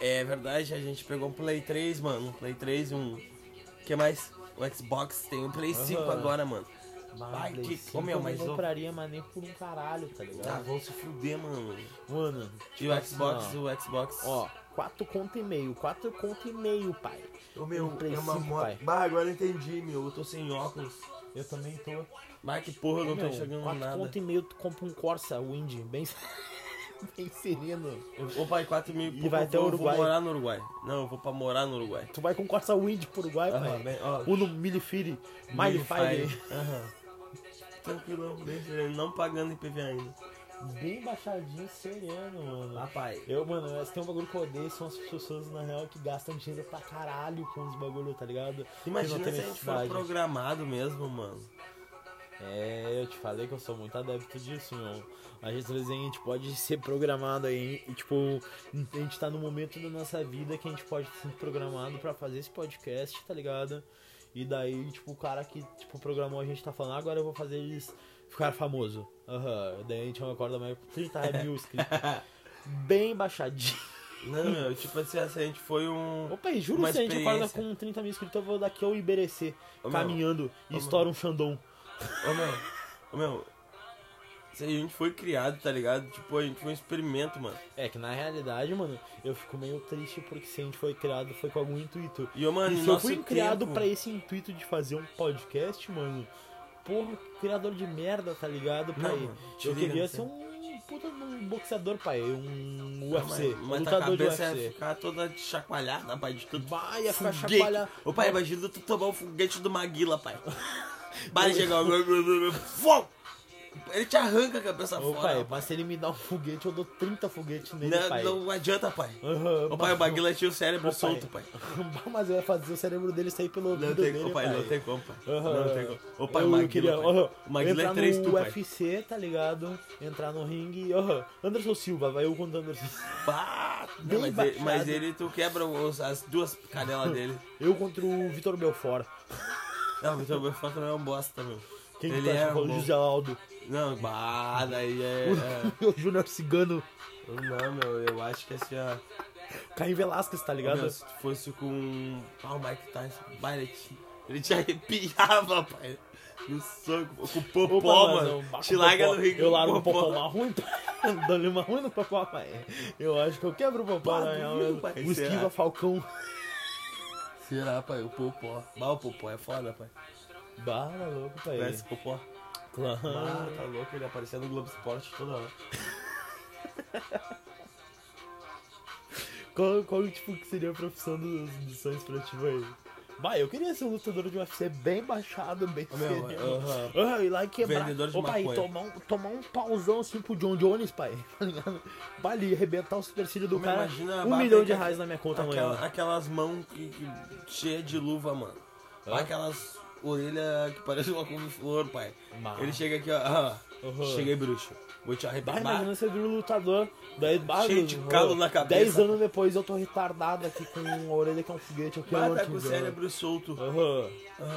Speaker 2: É verdade, a gente pegou um Play 3, mano. Um Play 3, um. que mais? O Xbox tem um Play 5
Speaker 1: Aham.
Speaker 2: agora, mano.
Speaker 1: Mas
Speaker 2: Ai,
Speaker 1: Play
Speaker 2: que-
Speaker 1: 5
Speaker 2: ô, meu,
Speaker 1: eu não
Speaker 2: mas eu-
Speaker 1: compraria, mas nem por um caralho, tá ligado?
Speaker 2: Ah, vão se fuder, mano.
Speaker 1: Mano,
Speaker 2: E
Speaker 1: tipo
Speaker 2: o
Speaker 1: assim,
Speaker 2: Xbox,
Speaker 1: ó,
Speaker 2: o Xbox.
Speaker 1: Ó, 4 conto e meio, 4 conto e meio, pai.
Speaker 2: O meu
Speaker 1: Um Play
Speaker 2: é uma
Speaker 1: 5,
Speaker 2: moto.
Speaker 1: pai.
Speaker 2: Bah, agora eu entendi, meu. Eu tô sem óculos.
Speaker 1: Eu também tô.
Speaker 2: Bah, que porra, eu não tô enxergando
Speaker 1: 4
Speaker 2: nada.
Speaker 1: conto e meio, tu compra um Corsa Wind, bem, bem sereno.
Speaker 2: Ô pai, 4 mil.
Speaker 1: E
Speaker 2: por
Speaker 1: vai
Speaker 2: favor,
Speaker 1: até o
Speaker 2: Eu
Speaker 1: Uruguai.
Speaker 2: vou morar no Uruguai. Não, eu vou pra morar no Uruguai.
Speaker 1: Tu vai com um Corsa Wind pro Uruguai,
Speaker 2: Aham, né?
Speaker 1: pai.
Speaker 2: bem, ó.
Speaker 1: Uno Milifire,
Speaker 2: Mini
Speaker 1: Milifire.
Speaker 2: Fire. Aham. Tranquilão, bem sereno, não pagando IPVA ainda.
Speaker 1: Bem baixadinho, sereno, mano.
Speaker 2: pai.
Speaker 1: Eu, mano, se tem um bagulho que eu odeio, são as pessoas, na real, que gastam dinheiro pra caralho com os bagulho, tá ligado? Que não
Speaker 2: Imagina
Speaker 1: tem
Speaker 2: se a gente for
Speaker 1: necessidade.
Speaker 2: programado mesmo, mano.
Speaker 1: É, eu te falei que eu sou muito adepto disso, meu. A gente, às vezes a gente pode ser programado aí, e, tipo, a gente tá num momento da nossa vida que a gente pode ser programado pra fazer esse podcast, tá ligado? E daí, tipo, o cara que, tipo, programou a gente tá falando, "Ah, agora eu vou fazer eles ficar famoso. Aham, daí a gente acorda mais com 30 mil inscritos. Bem baixadinho.
Speaker 2: Não, meu, tipo assim, se a gente foi um.
Speaker 1: Opa, e juro
Speaker 2: Uma
Speaker 1: se a gente acorda
Speaker 2: experiência.
Speaker 1: com 30 mil inscritos, eu vou daqui ao Iberecer,
Speaker 2: Ô, meu.
Speaker 1: caminhando, e
Speaker 2: meu.
Speaker 1: estoura um Xandão.
Speaker 2: Ô meu, ô meu, se a gente foi criado, tá ligado? Tipo, a gente foi um experimento, mano.
Speaker 1: É que na realidade, mano, eu fico meio triste porque se a gente foi criado foi com algum intuito.
Speaker 2: E eu, mano,
Speaker 1: E
Speaker 2: em
Speaker 1: se eu
Speaker 2: nosso
Speaker 1: fui criado
Speaker 2: tempo,
Speaker 1: pra esse intuito de fazer um podcast, mano, porra, que criador de merda, tá ligado,
Speaker 2: Não,
Speaker 1: pai?
Speaker 2: mano, te
Speaker 1: eu
Speaker 2: liga,
Speaker 1: queria
Speaker 2: não
Speaker 1: ser
Speaker 2: sei.
Speaker 1: um puta de um boxeador, pai, um
Speaker 2: Mas-
Speaker 1: UFC,
Speaker 2: mas,
Speaker 1: um
Speaker 2: a
Speaker 1: lutador de
Speaker 2: cabeça ia
Speaker 1: UFC.
Speaker 2: ficar toda chacoalhada, pai, de tudo.
Speaker 1: Vai, ia ficar
Speaker 2: Foguete.
Speaker 1: chacoalha.
Speaker 2: Ô pai, imagina tu tomar o foguete do Maguila, pai. Vai chegar. Fum! Ele te arranca a cabeça
Speaker 1: Ô,
Speaker 2: Tá fora.
Speaker 1: pai, mas se ele me dá um foguete, eu dou 30 foguetes nele, pai.
Speaker 2: não, não adianta, pai.
Speaker 1: Aham,
Speaker 2: Ô pai, o Maguila tinha o cérebro
Speaker 1: Ô, pai.
Speaker 2: solto, pai.
Speaker 1: mas eu ia fazer o cérebro dele sair pelo
Speaker 2: Não
Speaker 1: ouvido
Speaker 2: tem,
Speaker 1: dele,
Speaker 2: ô, pai, não tem como, pai.
Speaker 1: Aham.
Speaker 2: Não tem como. Ô pai,
Speaker 1: eu
Speaker 2: o Maguila.
Speaker 1: queria,
Speaker 2: pai.
Speaker 1: aham,
Speaker 2: O Maguila
Speaker 1: entrar
Speaker 2: é três,
Speaker 1: no
Speaker 2: tu, pai.
Speaker 1: UFC, tá ligado? Entrar no ringue, aham. Anderson Silva, vai eu contra o Anderson Silva.
Speaker 2: Pá!
Speaker 1: Bem
Speaker 2: Não, mas, ele,
Speaker 1: baixado.
Speaker 2: mas ele, tu quebra os- as duas canelas dele.
Speaker 1: Eu contra o Vitor Belfort.
Speaker 2: Não, o Vitor Belfort também é um bosta, meu.
Speaker 1: Quem que
Speaker 2: ele
Speaker 1: tu acha
Speaker 2: é
Speaker 1: que falou?
Speaker 2: um
Speaker 1: José Aldo.
Speaker 2: bom- Não, bah, daí é... é-
Speaker 1: O Júnior Cigano.
Speaker 2: Não, meu, eu acho que assim, ó...
Speaker 1: Caim Velasquez, tá ligado?
Speaker 2: Meu, se tu fosse com... Ah, o Mike Tyson, bah, ele te, ele te arrepiava, pai. No soco, com o Popó, mano.
Speaker 1: baco
Speaker 2: Te
Speaker 1: o
Speaker 2: larga
Speaker 1: Popó.
Speaker 2: no ringue
Speaker 1: Eu
Speaker 2: com
Speaker 1: largo o popó lá ruim, tá? Dou-lhe uma ruim no popó, pai. Eu acho que eu quebro o popó,
Speaker 2: Bah,
Speaker 1: na real,
Speaker 2: duvido,
Speaker 1: mesmo.
Speaker 2: pai,
Speaker 1: O
Speaker 2: será?
Speaker 1: Esquiva Falcão.
Speaker 2: Será, pai, o Popó. Bah, o Popó é foda, pai.
Speaker 1: Bah, tá louco, pai.
Speaker 2: Conhece o Popó? Ah,
Speaker 1: Claro.
Speaker 2: tá louco, ele aparecia no Globo Esporte toda hora.
Speaker 1: Qual, qual tipo que seria a profissão dos, dos sonhos pra ti, velho? Bah, eu queria ser um lutador de UFC bem baixado, bem
Speaker 2: Ô, meu,
Speaker 1: sereno.
Speaker 2: aham.
Speaker 1: Ah, ir lá e quebrar.
Speaker 2: Vendedor de
Speaker 1: Ô, pai,
Speaker 2: maconha.
Speaker 1: tomar um, tomar um pauzão assim pro John Jones, pai. Tá ligado? Bah, ali, arrebentar o supercílio do
Speaker 2: Como
Speaker 1: cara.
Speaker 2: imagina,
Speaker 1: um
Speaker 2: bah,
Speaker 1: milhão
Speaker 2: tem
Speaker 1: de
Speaker 2: que-
Speaker 1: reais na minha conta
Speaker 2: Aquela-
Speaker 1: amanhã.
Speaker 2: Aquelas mãos que, que cheias de luva, mano.
Speaker 1: Hã?
Speaker 2: Aquelas orelhas que parecem uma couve-flor, pai.
Speaker 1: Bah.
Speaker 2: Ele chega aqui, ó. ah,
Speaker 1: Uhum.
Speaker 2: Cheguei, bruxo. Vou te
Speaker 1: Bah,
Speaker 2: arrebentar.
Speaker 1: imagina você vira um lutador. Daí, bah,
Speaker 2: Cheio de calo na cabeça.
Speaker 1: Dez anos depois eu tô retardado aqui com a orelha que é um foguete. Eu quero
Speaker 2: Bah, tá
Speaker 1: outro
Speaker 2: com o
Speaker 1: jogo.
Speaker 2: cérebro solto.
Speaker 1: Aham.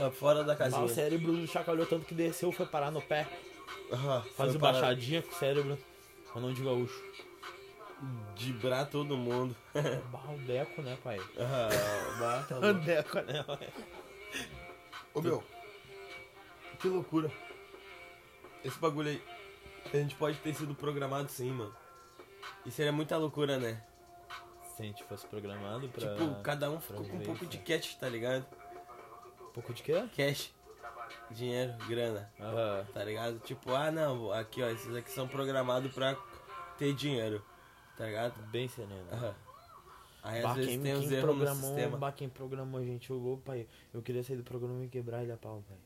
Speaker 2: Ah, fora da
Speaker 1: Bah, o
Speaker 2: casinha.
Speaker 1: cérebro chacalhou tanto que desceu foi parar no pé.
Speaker 2: Ah,
Speaker 1: Faz
Speaker 2: foi
Speaker 1: o
Speaker 2: parar
Speaker 1: baixadinha com o cérebro. Mas não de gaúcho.
Speaker 2: De brar todo mundo.
Speaker 1: Bah, o Deco, né, pai?
Speaker 2: Ah, bah, tá
Speaker 1: O
Speaker 2: louco.
Speaker 1: Deco, né, pai?
Speaker 2: Ô, meu. Que loucura. Esse bagulho aí. A gente pode ter sido programado sim, mano. Isso seria muita loucura, né?
Speaker 1: Se a gente fosse programado pra.
Speaker 2: Tipo, cada um ficou
Speaker 1: pra
Speaker 2: com um
Speaker 1: viver
Speaker 2: pouco
Speaker 1: isso,
Speaker 2: de
Speaker 1: né?
Speaker 2: cash, tá ligado?
Speaker 1: Um pouco de quê?
Speaker 2: Cash, dinheiro, grana,
Speaker 1: Aham.
Speaker 2: tá ligado? Tipo, ah não, aqui ó, esses aqui são programados pra ter dinheiro, tá ligado?
Speaker 1: Bem sereno.
Speaker 2: Aham. Aí às
Speaker 1: Bah,
Speaker 2: vezes
Speaker 1: quem,
Speaker 2: tem uns
Speaker 1: quem
Speaker 2: erros no
Speaker 1: programou, um
Speaker 2: sistema.
Speaker 1: bah, quem programou a gente, ô pai, eu queria sair do programa e quebrar ele a pau, pai.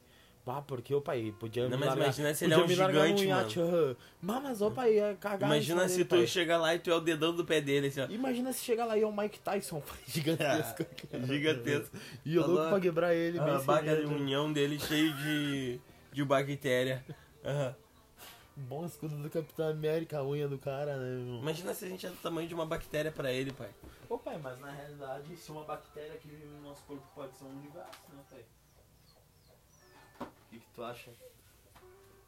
Speaker 1: Bah, porque, ô pai, podia
Speaker 2: Não,
Speaker 1: me
Speaker 2: mas
Speaker 1: largar-
Speaker 2: imagina se ele é
Speaker 1: podia
Speaker 2: um
Speaker 1: me largar num iate,
Speaker 2: gigante,
Speaker 1: aham. Bah, mas, ô pai, é cagar
Speaker 2: Imagina
Speaker 1: em cima
Speaker 2: se
Speaker 1: dele,
Speaker 2: tu
Speaker 1: pai.
Speaker 2: chegar lá e tu é o dedão do pé dele, assim, ó.
Speaker 1: Imagina se chegar lá e é o Mike Tyson, pai, gigantesco.
Speaker 2: É, Gigantesco.
Speaker 1: E eu
Speaker 2: Tá
Speaker 1: louco
Speaker 2: louco.
Speaker 1: pra quebrar ele, bem né?
Speaker 2: A vaca de
Speaker 1: seguro.
Speaker 2: união dele cheio de, de bactéria. Aham.
Speaker 1: Bom escudo do Capitão América, a unha do cara, né, meu?
Speaker 2: Imagina se a gente é do tamanho de uma bactéria pra ele, pai.
Speaker 1: Ô pai, mas
Speaker 5: Mas na realidade, se uma bactéria que vive no nosso corpo pode ser um universo, né, pai? O que, que tu acha?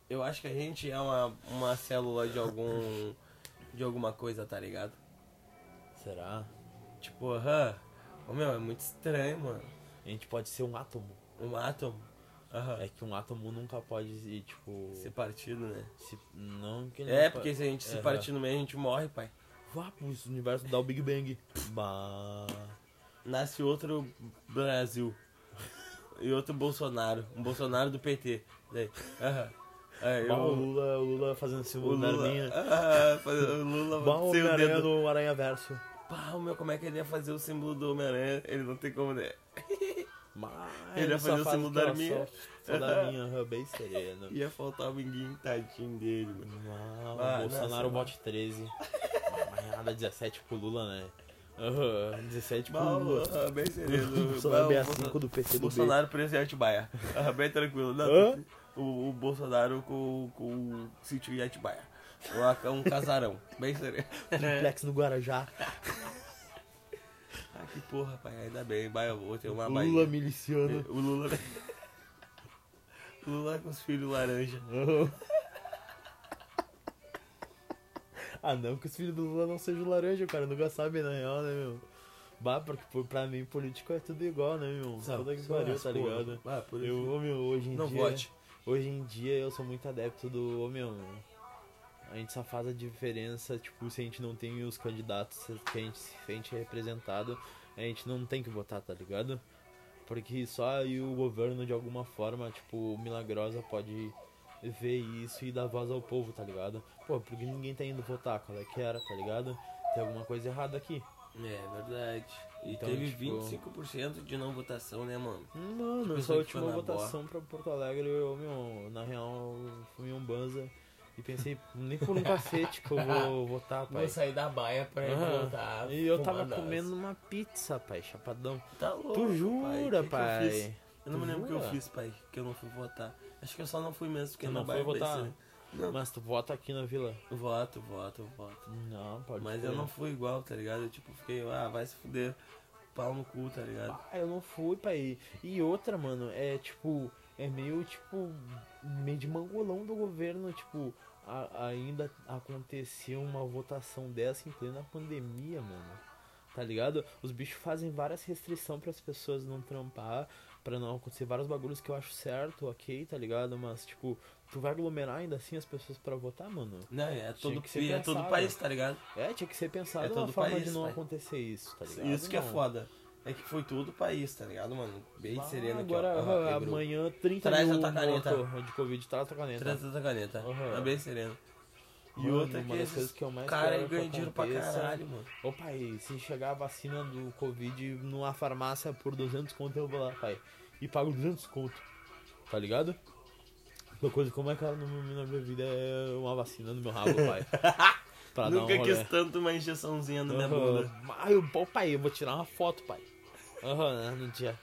Speaker 2: Eu acho que a gente é uma, uma célula de algum. de alguma coisa, tá ligado?
Speaker 1: será?
Speaker 2: Tipo, aham. Ô, meu, é muito estranho, mano.
Speaker 1: A gente pode ser um átomo.
Speaker 2: Um átomo. Aham.
Speaker 1: É que um átomo nunca pode, ir, tipo.
Speaker 2: Ser partido, né?
Speaker 1: se- Não que ele
Speaker 2: É,
Speaker 1: não
Speaker 2: porque
Speaker 1: pode-
Speaker 2: se a gente se
Speaker 1: Aham.
Speaker 2: partir no meio, a gente morre, pai.
Speaker 1: Vá pro universo dá o Big Bang. Bah.
Speaker 2: Nasce outro Brasil. E outro Bolsonaro. Um Bolsonaro do PT. Daí. Aham. Aí,
Speaker 1: Bah, o
Speaker 2: o-
Speaker 1: Lula, o Lula fazendo esse
Speaker 2: O Lula.
Speaker 1: Lula.
Speaker 2: Ah, fazer o Lula
Speaker 1: Bah, o
Speaker 2: sem o
Speaker 1: Homem-Aranha
Speaker 2: dedo.
Speaker 1: do Aranha Verso.
Speaker 2: Pá, meu, como é que ele ia fazer o símbolo do Homem-Aranha? Ele não tem como, né?
Speaker 1: Mas
Speaker 2: Ele ia
Speaker 1: só
Speaker 2: fazer o
Speaker 1: faz
Speaker 2: símbolo da
Speaker 1: aquela
Speaker 2: arminha.
Speaker 1: só- Só da arminha, aham, bem sereno.
Speaker 2: Ia faltar o minguinho tadinho dele, mano.
Speaker 1: Ah,
Speaker 2: Ah,
Speaker 1: o Bolsonaro
Speaker 2: nossa,
Speaker 1: bote 13. Mas nada, 17 pro Lula, né? Aham, 17 pro
Speaker 2: Mal,
Speaker 1: Lula.
Speaker 2: ah, bem sereno.
Speaker 1: Bolsonaro
Speaker 2: Bah, o
Speaker 1: BA5 assim do PC do
Speaker 2: Bolsonaro preso em Atibaia. Ah, bem tranquilo. Não,
Speaker 1: Hã?
Speaker 2: o, o Bolsonaro com, com o sítio em Atibaia. Lá com Um casarão. Bem sereno. É.
Speaker 1: Triplex no Guarajá.
Speaker 2: Ah, que porra, pai. Ainda bem. Bahia, eu vou ter uma Bahia.
Speaker 1: Lula miliciano.
Speaker 2: O Lula... O Lula com os filhos laranja.
Speaker 1: ah, não que os filhos do Lula não sejam laranja, cara. Nunca sabe, na real, né, meu? Bah, porque pô, pra mim político é tudo igual, né, meu?
Speaker 2: Sabe,
Speaker 1: Tudo que
Speaker 2: só
Speaker 1: pariu,
Speaker 2: as
Speaker 1: tá
Speaker 2: porra.
Speaker 1: ligado?
Speaker 2: Ah, por
Speaker 1: Eu,
Speaker 2: isso.
Speaker 1: ô, meu, hoje em
Speaker 2: Não
Speaker 1: dia...
Speaker 2: vote.
Speaker 1: Hoje em dia eu sou muito adepto do, ô, meu... A gente só faz a diferença, tipo, se a gente não tem os candidatos que a gente se sente representado, a gente não tem que votar, tá ligado? Porque só aí o governo, de alguma forma, tipo, milagrosa, pode ver isso e dar voz ao povo, tá ligado? Pô, porque ninguém tá indo votar, qual é que era, tá ligado? Tem alguma coisa errada aqui.
Speaker 2: É verdade. E
Speaker 1: Então,
Speaker 2: teve
Speaker 1: tipo-
Speaker 2: 25% de não votação, né, mano?
Speaker 1: Mano,
Speaker 2: Tipo,
Speaker 1: essa
Speaker 2: isso aqui foi
Speaker 1: última
Speaker 2: na
Speaker 1: votação pra Porto Alegre, eu, meu, na real, fui um banza e pensei, nem por um cacete que eu vou votar, pai.
Speaker 2: sair da baia pra
Speaker 1: Aham. E eu
Speaker 2: é
Speaker 1: tava comendo uma pizza, pai, chapadão.
Speaker 2: Tá louco,
Speaker 1: Tu jura,
Speaker 2: que que
Speaker 1: pai?
Speaker 2: eu, fiz? Eu não me
Speaker 1: Tu
Speaker 2: lembro o que eu
Speaker 1: jura?
Speaker 2: fiz, pai, que eu não fui votar. Acho que eu só não fui mesmo, porque
Speaker 1: Tu
Speaker 2: na
Speaker 1: não
Speaker 2: baia
Speaker 1: foi votar?
Speaker 2: vai ser- Não,
Speaker 1: Mas tu vota aqui na vila?
Speaker 2: voto, voto, voto.
Speaker 1: Não, pode
Speaker 2: Mas
Speaker 1: ser.
Speaker 2: eu não fui igual, tá ligado? Eu, tipo, fiquei, ah, vai se fuder. Pau no cu, tá ligado?
Speaker 1: Ah, eu não fui, pai. E outra, mano, é tipo. É meio, tipo. Meio de mangolão do governo, tipo. a- ainda aconteceu uma votação dessa em plena pandemia, mano. Tá ligado? Os bichos fazem várias restrições para as pessoas não trampar, pra não acontecer vários bagulhos que eu acho certo, ok, tá ligado? Mas, tipo, tu vai aglomerar ainda assim as pessoas pra votar, mano?
Speaker 2: Não, é todo,
Speaker 1: que ser
Speaker 2: é todo
Speaker 1: pensado.
Speaker 2: país, tá ligado?
Speaker 1: É, tinha que ser pensado
Speaker 2: É
Speaker 1: uma
Speaker 2: todo
Speaker 1: forma
Speaker 2: país,
Speaker 1: de não
Speaker 2: pai.
Speaker 1: acontecer isso, tá ligado?
Speaker 2: Isso que é
Speaker 1: mano?
Speaker 2: foda. É que foi todo o país, tá ligado, mano? Bem
Speaker 1: Ah,
Speaker 2: sereno aqui, ó.
Speaker 1: agora,
Speaker 2: Aham,
Speaker 1: ah,
Speaker 2: quebrou.
Speaker 1: amanhã 30
Speaker 2: Traz
Speaker 1: mil
Speaker 2: a tua caneta.
Speaker 1: mortos de Covid, traz a tua caneta.
Speaker 2: Traz essa caneta.
Speaker 1: Aham.
Speaker 2: É bem sereno. E
Speaker 1: Mano,
Speaker 2: outra que
Speaker 1: uma das
Speaker 2: esses
Speaker 1: coisas que eu mais
Speaker 2: cara
Speaker 1: quero é que
Speaker 2: ganha dinheiro pra
Speaker 1: aconteça-
Speaker 2: caralho, mano.
Speaker 1: Ô pai, se chegar a vacina do Covid numa farmácia por 200 conto, eu vou lá, pai. E pago 200 conto, tá ligado? Uma coisa como é que ela não na minha vida é uma vacina no meu rabo, pai. Pra dar um
Speaker 2: Nunca
Speaker 1: rolê.
Speaker 2: quis tanto uma injeçãozinha na minha
Speaker 1: Aham.
Speaker 2: bunda.
Speaker 1: Ah, eu, pô, pai, eu vou tirar uma foto, pai. Aham, né, no dia.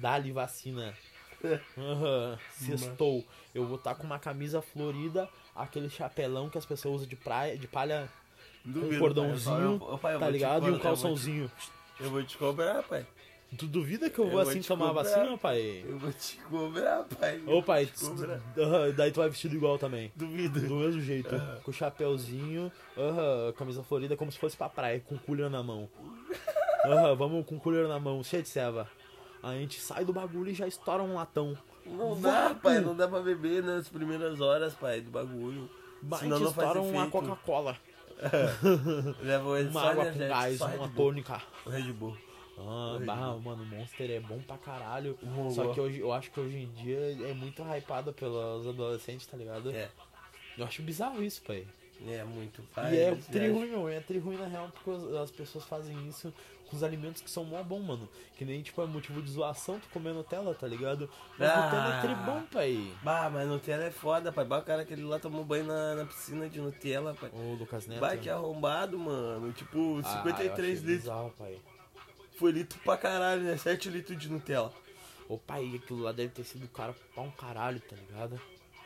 Speaker 1: Dá-lhe vacina. Aham, sextou. Eu vou estar com uma camisa florida, aquele chapelão que as pessoas usam de praia, de palha,
Speaker 2: Duvido,
Speaker 1: um cordãozinho,
Speaker 2: pai. Eu- eu- pai, eu
Speaker 1: tá
Speaker 2: vou te
Speaker 1: ligado? E
Speaker 2: cobrar,
Speaker 1: um calçãozinho.
Speaker 2: Eu vou te cobrar, pai.
Speaker 1: Tu duvida que eu
Speaker 2: Eu
Speaker 1: vou
Speaker 2: vou
Speaker 1: assim
Speaker 2: te
Speaker 1: tomar a
Speaker 2: cobrar.
Speaker 1: vacina, pai?
Speaker 2: Eu vou te cobrar, pai.
Speaker 1: Ô, pai,
Speaker 2: te
Speaker 1: tu-
Speaker 2: cobrar.
Speaker 1: aham, daí tu vai vestido igual também.
Speaker 2: Duvido.
Speaker 1: Do mesmo jeito, com o chapéuzinho, aham, camisa florida, como se fosse pra praia, com o cooler na mão. Aham, vamos com o cooler na mão, cheio de ceva. A gente sai do bagulho e já estoura um latão.
Speaker 2: Não dá, pai. Não dá pra beber nas primeiras horas, pai, do bagulho.
Speaker 1: Mas a
Speaker 2: Senão
Speaker 1: gente
Speaker 2: não faz
Speaker 1: estoura uma
Speaker 2: efeito.
Speaker 1: Coca-Cola,
Speaker 2: Leva o
Speaker 1: uma
Speaker 2: só
Speaker 1: água com
Speaker 2: energético,
Speaker 1: gás,
Speaker 2: só
Speaker 1: uma
Speaker 2: Red Bull.
Speaker 1: tônica.
Speaker 2: O Red Bull.
Speaker 1: Ah,
Speaker 2: Red
Speaker 1: bah, mano, Monster é bom pra caralho.
Speaker 2: Boa.
Speaker 1: Só que hoje, eu acho que hoje em dia é muito hypado pelos adolescentes, tá ligado?
Speaker 2: É.
Speaker 1: Eu acho bizarro isso, pai.
Speaker 2: É muito
Speaker 1: e é
Speaker 2: eles
Speaker 1: tri
Speaker 2: viajam.
Speaker 1: ruim, meu. É tri ruim na real, porque as- as pessoas fazem isso com os alimentos que são mó bom, mano. Que nem, tipo, é motivo de zoação tu comer Nutella, tá ligado? Mas
Speaker 2: Ah.
Speaker 1: Nutella é tri bom, pai.
Speaker 2: Bah, mas Nutella é foda, pai. Bah, o cara aquele lá tomou banho na, na piscina de Nutella, pai.
Speaker 1: Ô, Lucas Neto. Ah,
Speaker 2: Bah, que é arrombado, mano. Tipo, 53 litros.
Speaker 1: Bizarro, pai.
Speaker 2: Foi litro pra caralho, né? 7 litros de Nutella.
Speaker 1: Ô, pai, aquilo lá deve ter sido caro pra um caralho, tá ligado?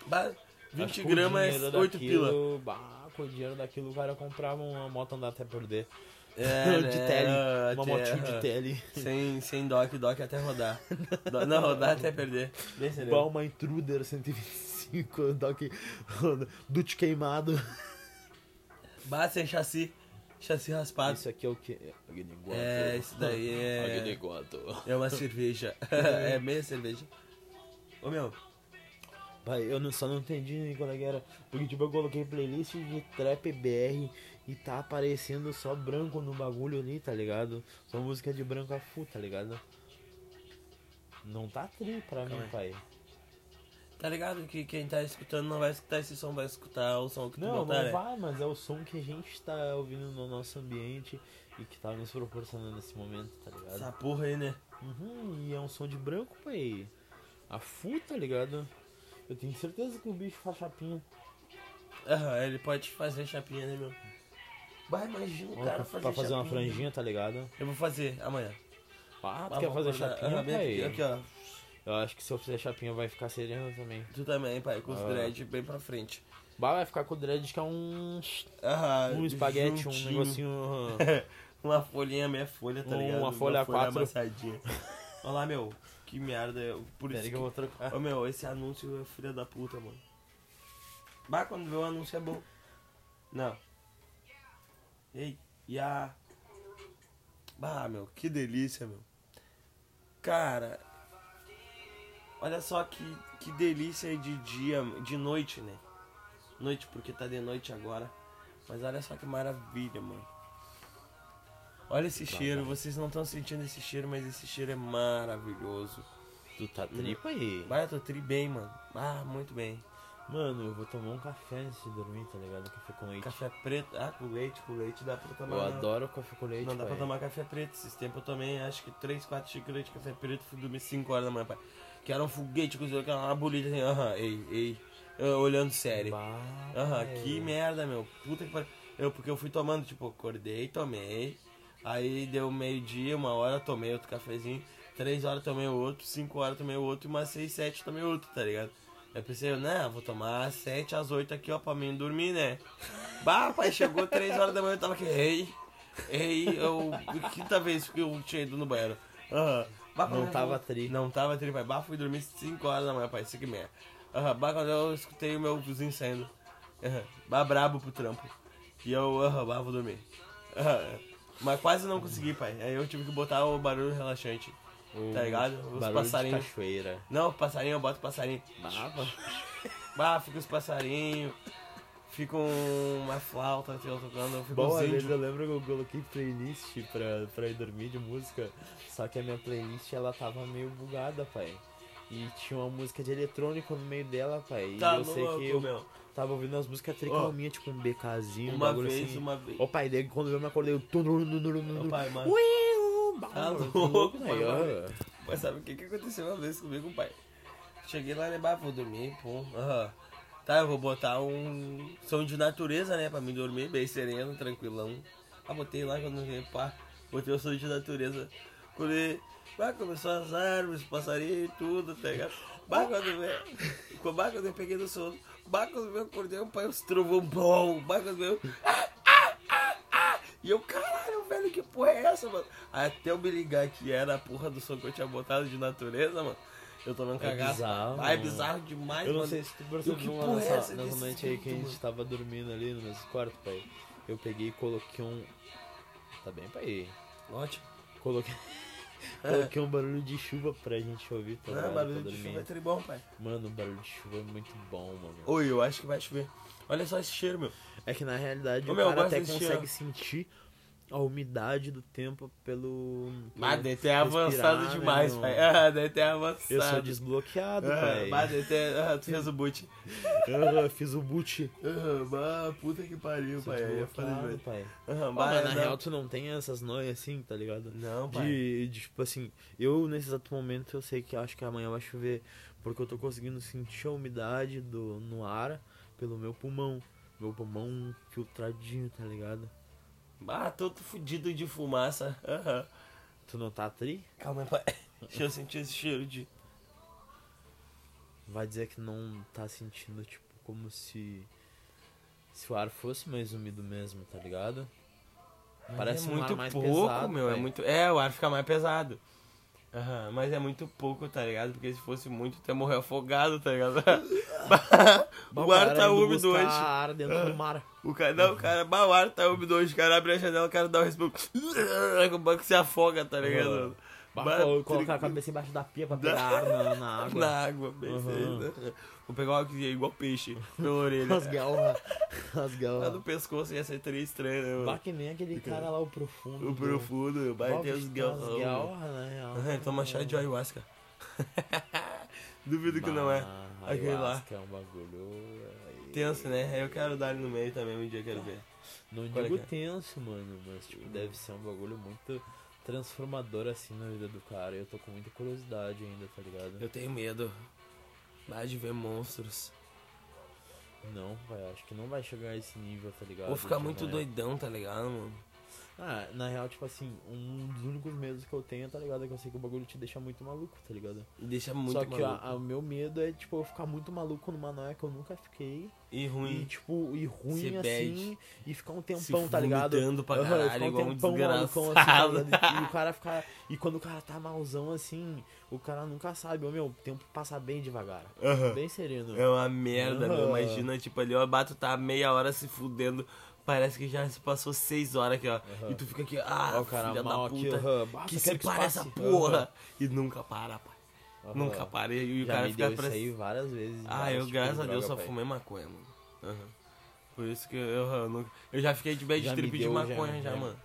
Speaker 2: Bah,
Speaker 1: Acho
Speaker 2: 20
Speaker 1: que o
Speaker 2: gramas
Speaker 1: dinheiro
Speaker 2: é 8 pila.
Speaker 1: daquilo, Bah, com o dinheiro daquilo o cara comprava uma moto andar até perder.
Speaker 2: É,
Speaker 1: de
Speaker 2: né?
Speaker 1: tele.
Speaker 2: Ah,
Speaker 1: Uma
Speaker 2: até-
Speaker 1: motinha de tele.
Speaker 2: Sem, sem doc, doc até rodar. Do- não, rodar até perder. Bem sereno.
Speaker 1: Bah, uma Intruder 125, doc, dute queimado.
Speaker 2: Bah, sem chassi. Chassi raspado.
Speaker 1: Isso aqui é o que? Agniguato.
Speaker 2: É, isso daí é-
Speaker 1: Agniguato.
Speaker 2: É uma cerveja. é meia cerveja. Ô meu,
Speaker 1: Pai, eu não- só não entendi qual é que era. Porque, tipo, eu coloquei playlist de trap BR e tá aparecendo só branco no bagulho ali, tá ligado? Só música de branco a full, tá ligado? Não tá tri pra mim,
Speaker 2: aí.
Speaker 1: pai.
Speaker 2: tá ligado que quem tá escutando não vai escutar esse som, vai escutar o som que tu
Speaker 1: Não,
Speaker 2: botar,
Speaker 1: não
Speaker 2: né?
Speaker 1: vai, mas é o som que a gente tá ouvindo no nosso ambiente e que tá nos proporcionando nesse momento, tá ligado?
Speaker 2: Essa porra aí, né?
Speaker 1: Uhum, e é um som de branco, pai. A full, tá ligado? Eu tenho certeza que o bicho faz chapinha.
Speaker 2: Aham, ele pode fazer chapinha, né, meu? Bah, imagina o cara
Speaker 1: Pra
Speaker 2: fazer
Speaker 1: pra fazer uma
Speaker 2: chapinha.
Speaker 1: franjinha, tá ligado?
Speaker 2: Eu vou fazer amanhã.
Speaker 1: Ah, tu
Speaker 2: Ah,
Speaker 1: quer
Speaker 2: vou
Speaker 1: fazer
Speaker 2: acordar.
Speaker 1: chapinha,
Speaker 2: Aham, bem
Speaker 1: pai?
Speaker 2: aqui, aqui, ó.
Speaker 1: Eu acho que se eu fizer chapinha vai ficar sereno também.
Speaker 2: Tu também, pai, com os
Speaker 1: Ah.
Speaker 2: dread bem pra frente.
Speaker 1: Bah, vai ficar com o dread que é um...
Speaker 2: Aham,
Speaker 1: Um espaguete,
Speaker 2: É, juntinho.
Speaker 1: um negocinho... Um,
Speaker 2: Uma folhinha, meia folha, tá
Speaker 1: Uma
Speaker 2: ligado?
Speaker 1: folha quatro.
Speaker 2: amassadinha. Olha lá, meu, que merda. eu- Por isso
Speaker 1: Peraí que
Speaker 2: que...
Speaker 1: eu vou trocar.
Speaker 2: Ô, meu, esse anúncio é filha da puta, mano. Bah, quando vê o anúncio é bom. Não. Ei, e a... Bah, meu, que delícia, meu. Cara, olha só que, que delícia de dia, de noite, né? Noite, porque tá de noite agora. Mas olha só que maravilha, mano. Olha
Speaker 1: Tá
Speaker 2: esse cheiro, vocês não estão sentindo esse cheiro, mas esse cheiro é maravilhoso.
Speaker 1: Tu tá tripa aí?
Speaker 2: Bah, eu tô tri bem, mano. Ah, muito bem.
Speaker 1: Mano, eu vou tomar um café antes de dormir, tá ligado? Café com leite.
Speaker 2: Café preto. Ah, com leite, com leite dá pra tomar.
Speaker 1: Eu adoro café com leite,
Speaker 2: Não dá pra
Speaker 1: pai.
Speaker 2: tomar café preto. Esses tempos eu tomei, acho que 3, 4 xícaras de café preto fui dormir 5 horas da manhã, pai. Que era um foguete, cozinhou aquela uma bolita assim, aham, ei, ei. Eu olhando sério.
Speaker 1: Bah, É.
Speaker 2: Aham,
Speaker 1: pai.
Speaker 2: que merda, meu. Puta que pariu. Eu, porque eu fui tomando, tipo, acordei, tomei. Aí deu meio-dia, uma hora, tomei outro cafezinho. Três horas tomei outro, cinco horas tomei outro, e umas seis, sete tomei outro, tá ligado? Eu pensei, né, vou tomar às sete, às oito aqui, ó, pra mim dormir, né? Bah, pai, chegou três horas da manhã, eu tava aqui, ei, ei, eu, quinta vez que eu tinha ido no banheiro. Aham. Bah,
Speaker 1: Não
Speaker 2: pai,
Speaker 1: tava
Speaker 2: eu-
Speaker 1: tri.
Speaker 2: Não tava tri, pai. Bah, fui dormir cinco horas da manhã, pai, cinco e meia. Aham, bah, quando eu escutei o meu vizinho saindo. Aham, bah, brabo pro trampo. E eu, aham, bah, vou dormir. Aham. Mas quase não consegui, pai. Aí eu tive que botar o barulho relaxante.
Speaker 1: O
Speaker 2: Tá ligado? Os
Speaker 1: barulho
Speaker 2: passarinhos.
Speaker 1: de cachoeira.
Speaker 2: Não, passarinho, eu boto passarinho.
Speaker 1: Brava.
Speaker 2: Bah, fica os passarinhos. Fica um- uma flauta que eu assim, tocando, fica
Speaker 1: Bom,
Speaker 2: os
Speaker 1: às
Speaker 2: índios.
Speaker 1: vezes eu lembro que eu coloquei playlist pra, pra ir dormir de música, só que a minha playlist ela tava meio bugada, pai. E tinha uma música de eletrônico no meio dela, pai.
Speaker 2: Tá
Speaker 1: e eu sei
Speaker 2: louco,
Speaker 1: que eu
Speaker 2: meu.
Speaker 1: tava ouvindo as músicas tricalminha, tipo um BKzinho, um
Speaker 2: Uma
Speaker 1: bagulho
Speaker 2: vez,
Speaker 1: assim.
Speaker 2: uma vez.
Speaker 1: Ô pai, daí quando eu me acordei, eu.
Speaker 2: Ô, pai, mano.
Speaker 1: Ui, um
Speaker 2: Tá
Speaker 1: bagulho,
Speaker 2: louco,
Speaker 1: né?
Speaker 2: mano.
Speaker 1: Eu-
Speaker 2: Mas sabe o que, que aconteceu uma vez comigo, pai? Cheguei lá, né, bah, vou dormir, pum. Aham. Tá, eu vou botar um som de natureza, né, pra me dormir, bem sereno, tranquilão. Ah, botei lá quando eu pá, botei o som de natureza. Quando ele, bah, começou as árvores, passarinho, tudo, tá ligado? Bah, quando veio, bah, quando eu peguei no sono, bah, quando eu acordei, o pai, os trovão bom, bah, quando eu... ah, E eu, caralho, velho, que porra é essa, mano? Aí Até eu me ligar que era a porra do som que eu tinha botado de natureza, mano. Eu tomei um
Speaker 1: É
Speaker 2: cagaço.
Speaker 1: bizarro,
Speaker 2: Ah, é
Speaker 1: mano.
Speaker 2: bizarro demais,
Speaker 1: Eu não
Speaker 2: mano.
Speaker 1: sei se tu
Speaker 2: E que
Speaker 1: percebeu lá
Speaker 2: porra é
Speaker 1: nessa,
Speaker 2: essa
Speaker 1: nessa
Speaker 2: desse
Speaker 1: noite aí que a
Speaker 2: espírito,
Speaker 1: gente tava dormindo ali no nosso quarto, pai. Eu peguei e coloquei um. Tá bem, pai?
Speaker 2: Ótimo.
Speaker 1: Coloquei. Coloquei um barulho de chuva pra gente ouvir tá
Speaker 2: Ah,
Speaker 1: ligado?
Speaker 2: barulho
Speaker 1: pra
Speaker 2: de
Speaker 1: dormir.
Speaker 2: chuva É. é tribom, pai.
Speaker 1: Mano, o barulho de chuva é muito bom, mano.
Speaker 2: Oi, eu acho que vai chover. Olha só esse cheiro, meu.
Speaker 1: É que na realidade
Speaker 2: Ô,
Speaker 1: o
Speaker 2: meu, eu
Speaker 1: cara
Speaker 2: gosto
Speaker 1: até
Speaker 2: desse
Speaker 1: consegue
Speaker 2: cheiro.
Speaker 1: sentir a umidade do tempo pelo.
Speaker 2: Mas
Speaker 1: pelo
Speaker 2: deve ter avançado
Speaker 1: respirar, né,
Speaker 2: demais,
Speaker 1: meu?
Speaker 2: pai. Ah, deve ter avançado.
Speaker 1: Eu sou desbloqueado,
Speaker 2: Ah,
Speaker 1: pai.
Speaker 2: mas deve ter... ah, tu fez o boot.
Speaker 1: Ah, fiz o boot.
Speaker 2: Ah, mas puta que pariu,
Speaker 1: Sou
Speaker 2: pai. Aí é foda
Speaker 1: desbloqueado,
Speaker 2: demais.
Speaker 1: pai.
Speaker 2: Ah,
Speaker 1: Ó,
Speaker 2: mas
Speaker 1: mas na
Speaker 2: não.
Speaker 1: real tu não tem essas noias assim, tá ligado?
Speaker 2: Não, pai.
Speaker 1: De, de, tipo assim, eu nesse exato momento eu sei que acho que amanhã vai chover, porque eu tô conseguindo sentir a umidade do, no ar pelo meu pulmão. Meu pulmão filtradinho, tá ligado?
Speaker 2: Ah, todo fudido de fumaça. Aham.
Speaker 1: Tu não tá tri?
Speaker 2: Calma aí, pai. Deixa eu sentir esse cheiro de.
Speaker 1: Vai dizer que não tá sentindo, tipo, como se. Se o ar fosse mais úmido mesmo, tá ligado? Parece
Speaker 2: é
Speaker 1: um
Speaker 2: muito
Speaker 1: ar mais
Speaker 2: pouco,
Speaker 1: pesado,
Speaker 2: meu. É,
Speaker 1: pai.
Speaker 2: muito... é, o ar fica mais pesado. Aham, mas é muito pouco, tá ligado? Porque se fosse muito, até morrer afogado, tá ligado? o ar tá
Speaker 1: hoje.
Speaker 2: úmido hoje. Ah,
Speaker 1: ar dentro do mar.
Speaker 2: O cara, não, o cara, bah, o ar tá úmido hoje, o cara abre a janela, o cara dá um respiro. O banco se afoga, tá ligado?
Speaker 1: Bah,
Speaker 2: Bah,
Speaker 1: colo-
Speaker 2: tri-
Speaker 1: Colocar a cabeça embaixo da pia pra pegar ar na, na água.
Speaker 2: Na água, bem
Speaker 1: Uhum.
Speaker 2: feito. Vou pegar uma que é igual peixe na orelha.
Speaker 1: As galras. As
Speaker 2: Lá
Speaker 1: galras.
Speaker 2: no pescoço ia ser três estranho, né, mano?
Speaker 1: Bah, que nem aquele cara lá, o profundo.
Speaker 2: O
Speaker 1: do-
Speaker 2: profundo, vai
Speaker 1: Bah,
Speaker 2: ter
Speaker 1: bicho,
Speaker 2: os
Speaker 1: tem umas
Speaker 2: galrão.
Speaker 1: galras, na né, real.
Speaker 2: Ah, Toma chá de ayahuasca. Duvido que não é.
Speaker 1: Bah,
Speaker 2: Aquele lá.
Speaker 1: ayahuasca é um bagulho. aí.
Speaker 2: Tenso, né? Eu quero dar ele no meio também, um dia eu quero ver.
Speaker 1: Não
Speaker 2: Qual é
Speaker 1: digo
Speaker 2: que é?
Speaker 1: tenso, mano, mas tipo, deve ser um bagulho muito transformador assim na vida do cara. Eu tô com muita curiosidade ainda, tá ligado?
Speaker 2: Eu tenho medo. Vai de ver monstros.
Speaker 1: Não, vai, acho que não vai chegar a esse nível, tá ligado?
Speaker 2: Vou ficar
Speaker 1: De
Speaker 2: muito
Speaker 1: amanhã.
Speaker 2: doidão, tá ligado, mano?
Speaker 1: Ah, na real, tipo assim, um dos únicos medos que eu tenho, tá ligado? É que eu sei que o bagulho te deixa muito maluco, tá ligado?
Speaker 2: Deixa muito
Speaker 1: Só que a-
Speaker 2: maluco.
Speaker 1: a- o meu medo é, tipo, eu ficar muito maluco numa noia que eu nunca fiquei.
Speaker 2: E
Speaker 1: E,
Speaker 2: ruim.
Speaker 1: tipo, e ruim
Speaker 2: Se
Speaker 1: assim. E ficar um
Speaker 2: Se
Speaker 1: tempão, tá ligado?
Speaker 2: vomitando pra
Speaker 1: Aham,
Speaker 2: caralho,
Speaker 1: ficar um
Speaker 2: igual um
Speaker 1: tempão malucão assim, tá
Speaker 2: desgraçado.
Speaker 1: ligado? E, e o cara ficar. E quando o cara tá malzão assim, o cara nunca sabe, ô meu, o tempo passa bem devagar.
Speaker 2: Aham.
Speaker 1: Bem sereno.
Speaker 2: É uma merda, meu.
Speaker 1: Ah.
Speaker 2: Imagina, tipo, ali, ó, bato tá meia hora se fudendo. Parece que já se passou seis horas aqui, ó. E tu fica aqui, ah,
Speaker 1: Ó, o cara
Speaker 2: filha
Speaker 1: mal
Speaker 2: da
Speaker 1: aqui,
Speaker 2: puta.
Speaker 1: aham. Bah,
Speaker 2: que
Speaker 1: só
Speaker 2: se
Speaker 1: quero que
Speaker 2: para
Speaker 1: passe.
Speaker 2: essa porra. E nunca para, pai.
Speaker 1: Aham.
Speaker 2: Nunca para. E, e o
Speaker 1: Já
Speaker 2: cara
Speaker 1: me
Speaker 2: fica
Speaker 1: deu
Speaker 2: pra-
Speaker 1: isso aí várias vezes.
Speaker 2: Ah,
Speaker 1: vários
Speaker 2: eu,
Speaker 1: tipos de
Speaker 2: graças a
Speaker 1: droga,
Speaker 2: Deus, só
Speaker 1: pai.
Speaker 2: fumei maconha, mano. Aham. Por isso que eu, eu, nunca- eu já fiquei de bad
Speaker 1: Já me
Speaker 2: trip de
Speaker 1: deu, já-
Speaker 2: maconha já,
Speaker 1: já-
Speaker 2: mano.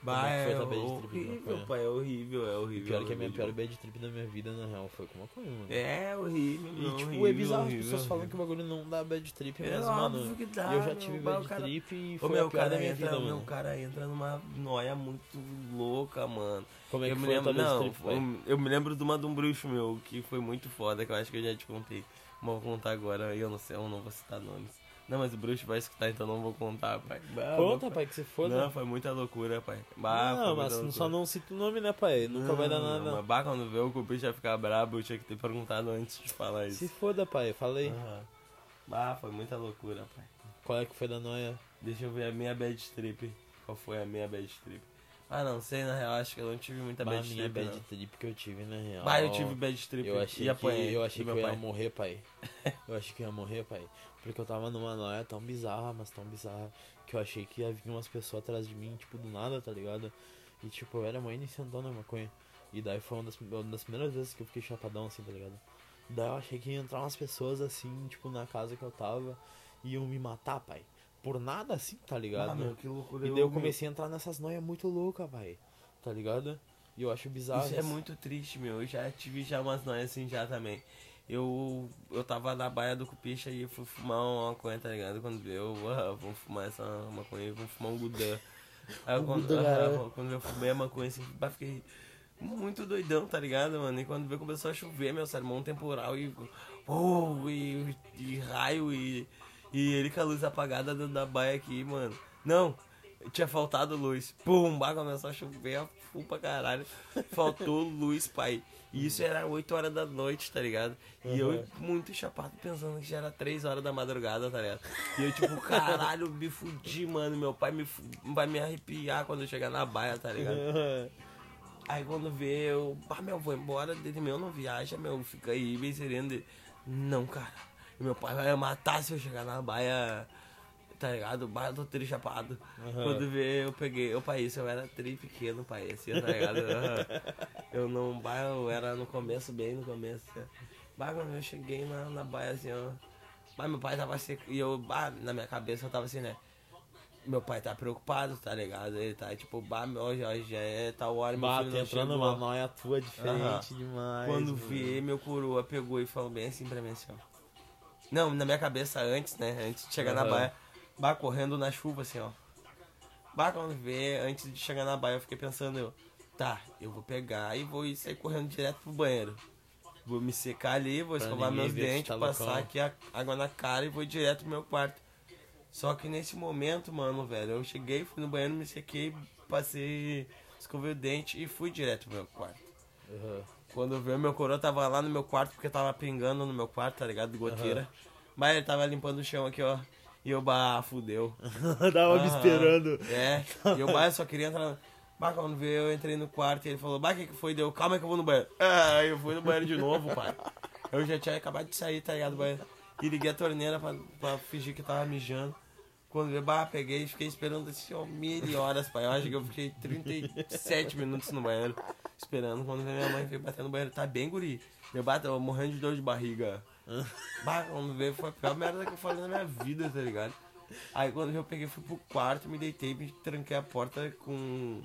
Speaker 1: Como
Speaker 2: Bah,
Speaker 1: é que foi
Speaker 2: é
Speaker 1: essa bad trip de
Speaker 2: horrível,
Speaker 1: maconha?
Speaker 2: pai. É horrível, é horrível.
Speaker 1: Pior que a
Speaker 2: horrível
Speaker 1: minha
Speaker 2: de
Speaker 1: pior bad trip da minha vida, na real, foi com maconha, mano.
Speaker 2: É horrível,
Speaker 1: E,
Speaker 2: não,
Speaker 1: tipo,
Speaker 2: horrível,
Speaker 1: é bizarro
Speaker 2: horrível,
Speaker 1: as pessoas
Speaker 2: horrível.
Speaker 1: falando que o bagulho não dá bad trip,
Speaker 2: É
Speaker 1: mas,
Speaker 2: óbvio
Speaker 1: mano,
Speaker 2: que dá,
Speaker 1: eu já
Speaker 2: meu,
Speaker 1: tive
Speaker 2: bah, o
Speaker 1: bad
Speaker 2: cara-
Speaker 1: trip e
Speaker 2: Ô,
Speaker 1: foi
Speaker 2: meu,
Speaker 1: a
Speaker 2: o
Speaker 1: pior
Speaker 2: cara
Speaker 1: da minha
Speaker 2: entra,
Speaker 1: vida,
Speaker 2: meu,
Speaker 1: mano.
Speaker 2: o cara entra numa noia muito louca, mano.
Speaker 1: Como é
Speaker 2: eu
Speaker 1: que
Speaker 2: me
Speaker 1: foi a
Speaker 2: lembro,
Speaker 1: tua bad
Speaker 2: não,
Speaker 1: trip,
Speaker 2: eu,
Speaker 1: pai?
Speaker 2: eu me lembro de uma de um bruxo meu, que foi muito foda, que eu acho que eu já te contei. Mas vou contar agora, eu não sei, eu não vou citar nomes. Não, mas o bruxo vai escutar, então não vou contar, pai. Bah,
Speaker 1: Conta,
Speaker 2: não-
Speaker 1: Ah, pai, que você foi,
Speaker 2: Não,
Speaker 1: né?
Speaker 2: foi muita loucura, pai. Bah,
Speaker 1: Não,
Speaker 2: foi muita
Speaker 1: mas só
Speaker 2: loucura.
Speaker 1: não cita o nome, né, pai? Nunca vai dar
Speaker 2: Não,
Speaker 1: nada.
Speaker 2: Mas bah, quando vê o cupim já ficar brabo, eu tinha que ter perguntado antes de falar isso.
Speaker 1: Se foda, pai, fala aí.
Speaker 2: Aham. Bah, foi muita loucura, pai.
Speaker 1: Qual é que foi da noia?
Speaker 2: Deixa eu ver a minha bad trip. Qual foi a minha bad trip? Ah, não sei, na real, acho que eu não tive muita
Speaker 1: Bah, a
Speaker 2: bad
Speaker 1: minha
Speaker 2: trip.
Speaker 1: bad
Speaker 2: não.
Speaker 1: trip que eu tive, na real.
Speaker 2: Bah, eu tive bad trip.
Speaker 1: Então, Eu achei
Speaker 2: e
Speaker 1: que,
Speaker 2: apanhei.
Speaker 1: eu, achei que
Speaker 2: E meu
Speaker 1: eu ia
Speaker 2: pai.
Speaker 1: morrer, pai. Eu achei que eu ia morrer, pai. Porque eu tava numa noia tão bizarra, mas tão bizarra, que eu achei que ia vir umas pessoas atrás de mim, tipo, do nada, tá ligado? E tipo, eu era mãe inocentão na maconha. E daí foi uma das, uma das primeiras vezes que eu fiquei chapadão, assim, tá ligado? Daí eu achei que ia entrar umas pessoas, assim, tipo, na casa que eu tava, e iam me matar, pai. Por nada, assim, tá ligado?
Speaker 2: Ah, meu, que loucura.
Speaker 1: e daí eu comecei a entrar nessas noias muito louca, pai. Tá ligado? E eu acho bizarro.
Speaker 2: Isso é muito triste, meu. Eu já tive já umas noias assim já também. Eu, eu tava na baia do Cupicha e fui fumar uma maconha, tá ligado? Quando eu, ah, vou fumar essa maconha, vou fumar um gudã. Aí eu, quando,
Speaker 1: Um Gudã,
Speaker 2: ah,
Speaker 1: cara.
Speaker 2: quando eu fumei a maconha assim, bah, fiquei muito doidão, tá ligado, mano? E quando veio começou a chover, meu, sermão um temporal e, oh, e, e raio e, e ele com a luz apagada dentro da baia aqui, mano. Não, tinha faltado luz. Pum, bah, começou a chover, full pra caralho. Faltou luz, pai. E isso era 8 horas da noite, tá ligado? E eu muito chapado pensando que já era 3 horas da madrugada, tá ligado? E eu tipo, caralho, me fudi, mano. Meu pai me fu- vai me arrepiar quando eu chegar na baia, tá ligado? Aí quando vê, eu, pá, meu, vou embora, dele meu não viaja, meu, fica aí bem sereno. Dele. Não, cara, meu pai vai me matar se eu chegar na baia, tá ligado? Baia do tri chapado. Quando vê, eu peguei, eu, pai, isso eu era tri pequeno, pai, assim, tá ligado? eu não, baia, eu era no começo, bem no começo. né? Bah, quando eu cheguei na, na baia, assim, ó, bah, meu pai tava seco, e eu, bah, na minha cabeça eu tava assim, né? Meu pai tá preocupado, tá ligado? Ele tá tipo, bah, meu, hoje, hoje já é tal hora, meu
Speaker 1: Bah, tá
Speaker 2: filho
Speaker 1: tu
Speaker 2: não
Speaker 1: entrou
Speaker 2: chegou.
Speaker 1: numa noia é tua diferente demais.
Speaker 2: Quando
Speaker 1: mano.
Speaker 2: vi, meu coroa pegou e falou bem assim pra mim assim, ó. Não, na minha cabeça antes, né? Antes de chegar na
Speaker 1: Aham.
Speaker 2: baia. Bah, correndo na chuva, assim, ó. Bah, quando vê, antes de chegar na baia, eu fiquei pensando, eu, tá, eu vou pegar e vou ir sair correndo direto pro banheiro. Vou me secar ali, vou
Speaker 1: Pra
Speaker 2: escovar
Speaker 1: ninguém
Speaker 2: meus
Speaker 1: ver que tu
Speaker 2: dentes,
Speaker 1: tá
Speaker 2: passar
Speaker 1: loucão.
Speaker 2: aqui a água na cara e vou direto pro meu quarto. Só que nesse momento, mano, velho, eu cheguei, fui no banheiro, me sequei, passei, escovei o dente e fui direto pro meu quarto.
Speaker 1: Aham.
Speaker 2: Quando eu vi, meu coroa tava lá no meu quarto, porque tava pingando no meu quarto, tá ligado? Goteira. Mas ele tava limpando o chão aqui, ó. E eu, bah, fudeu.
Speaker 1: Tava me
Speaker 2: Aham.
Speaker 1: esperando.
Speaker 2: É. E eu, bah, eu só queria entrar. no- Bah, quando veio, eu entrei no quarto e ele falou, bah, o que, que foi? Deu, calma que eu vou no banheiro. Ah, eu fui no banheiro de novo, pai. Eu já tinha acabado de sair, tá ligado? do Banheiro. E liguei a torneira pra, pra fingir que tava mijando. Quando veio, bah, peguei e fiquei esperando assim, ó, mil e horas, pai. Eu acho que eu fiquei 37 minutos no banheiro esperando. Quando veio minha mãe veio bater no banheiro, tá bem guri. Eu bato, eu morrendo de dor de barriga. Bah, quando veio, foi a pior merda que eu falei na minha vida, tá ligado? Aí quando eu peguei, fui pro quarto, me deitei, me tranquei a porta com.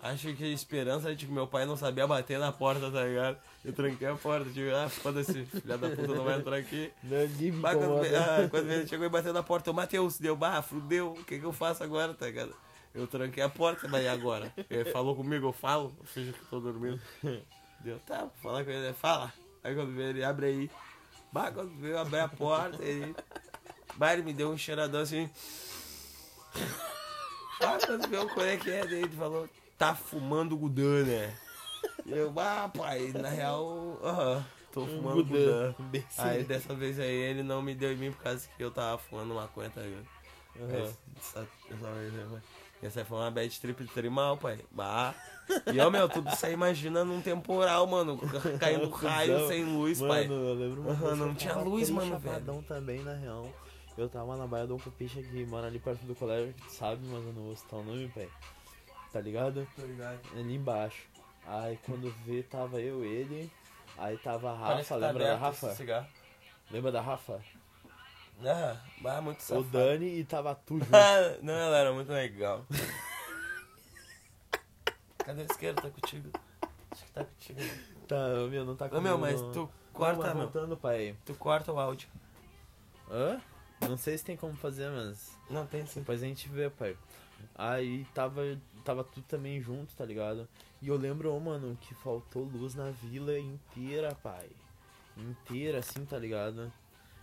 Speaker 2: Acho que a esperança de que meu pai não sabia bater na porta, tá ligado? Eu tranquei a porta, tipo, ah, foda-se, filha da puta não vai entrar aqui.
Speaker 1: Não, ninguém me
Speaker 2: Bah, quando,
Speaker 1: incomoda.
Speaker 2: ah, quando ele chegou e bateu na porta, eu, Matheus, deu barra, fudeu, o que que eu faço agora, tá ligado? Eu tranquei a porta, daí agora. Ele falou comigo, eu falo, eu fingi que eu tô dormindo. Deu, tá, vou falar com ele, ele, fala. Aí quando veio, ele abre aí. Bah, quando veio, eu abri a porta, ele... Bah, ele me deu um cheiradão assim... Ah, quando veio, qual é que é? Daí ele falou, tá fumando Gudan, né? Eu, ah, pai, na real, aham, tô fumando Gudan.
Speaker 1: Bem
Speaker 2: Aí
Speaker 1: sim.
Speaker 2: dessa vez aí ele não me deu em mim por causa que eu tava fumando maconha, tá ligado?
Speaker 1: Aham.
Speaker 2: Essa, essa vez aí, mano. Essa aí foi uma bad trip trimal, pai. Bah. E ó, meu, tudo você imagina num temporal, mano. ca- Caindo raio
Speaker 1: Cuzão.
Speaker 2: sem luz,
Speaker 1: mano,
Speaker 2: pai.
Speaker 1: eu lembro uma
Speaker 2: Aham,
Speaker 1: vez
Speaker 2: não
Speaker 1: eu
Speaker 2: tinha
Speaker 1: tava
Speaker 2: luz,
Speaker 1: bem
Speaker 2: mano,
Speaker 1: chapadão também, na real. Eu tava na Baía do Cupicha, que mora ali perto do colégio, que tu sabe, mas eu não vou citar o nome, pai. Tá ligado?
Speaker 2: Tô ligado.
Speaker 1: Ali embaixo. Aí quando vê, tava eu, ele. Aí tava a
Speaker 2: Parece
Speaker 1: Rafa,
Speaker 2: que tá
Speaker 1: lembra da
Speaker 2: aberto esse
Speaker 1: Rafa?
Speaker 2: Cigarro.
Speaker 1: Lembra da Rafa?
Speaker 2: Ah, bah, muito
Speaker 1: O
Speaker 2: safado.
Speaker 1: Dani e tava tu junto.
Speaker 2: Ah, não, ela era muito legal. Cadê a esquerda? Tá contigo? Acho que tá contigo.
Speaker 1: Tá, meu, não tá
Speaker 2: Ô, meu, mas
Speaker 1: não.
Speaker 2: tu
Speaker 1: Não, tá.
Speaker 2: corta,
Speaker 1: mas
Speaker 2: meu.
Speaker 1: voltando, pai.
Speaker 2: Tu corta o áudio.
Speaker 1: Hã? Não sei se tem como fazer, mas
Speaker 2: Não, tem sim.
Speaker 1: depois a gente vê, pai. Aí tava, tava tudo também junto, tá ligado? E eu lembro, ô, mano, que faltou luz na vila inteira, pai. Inteira, assim, tá ligado?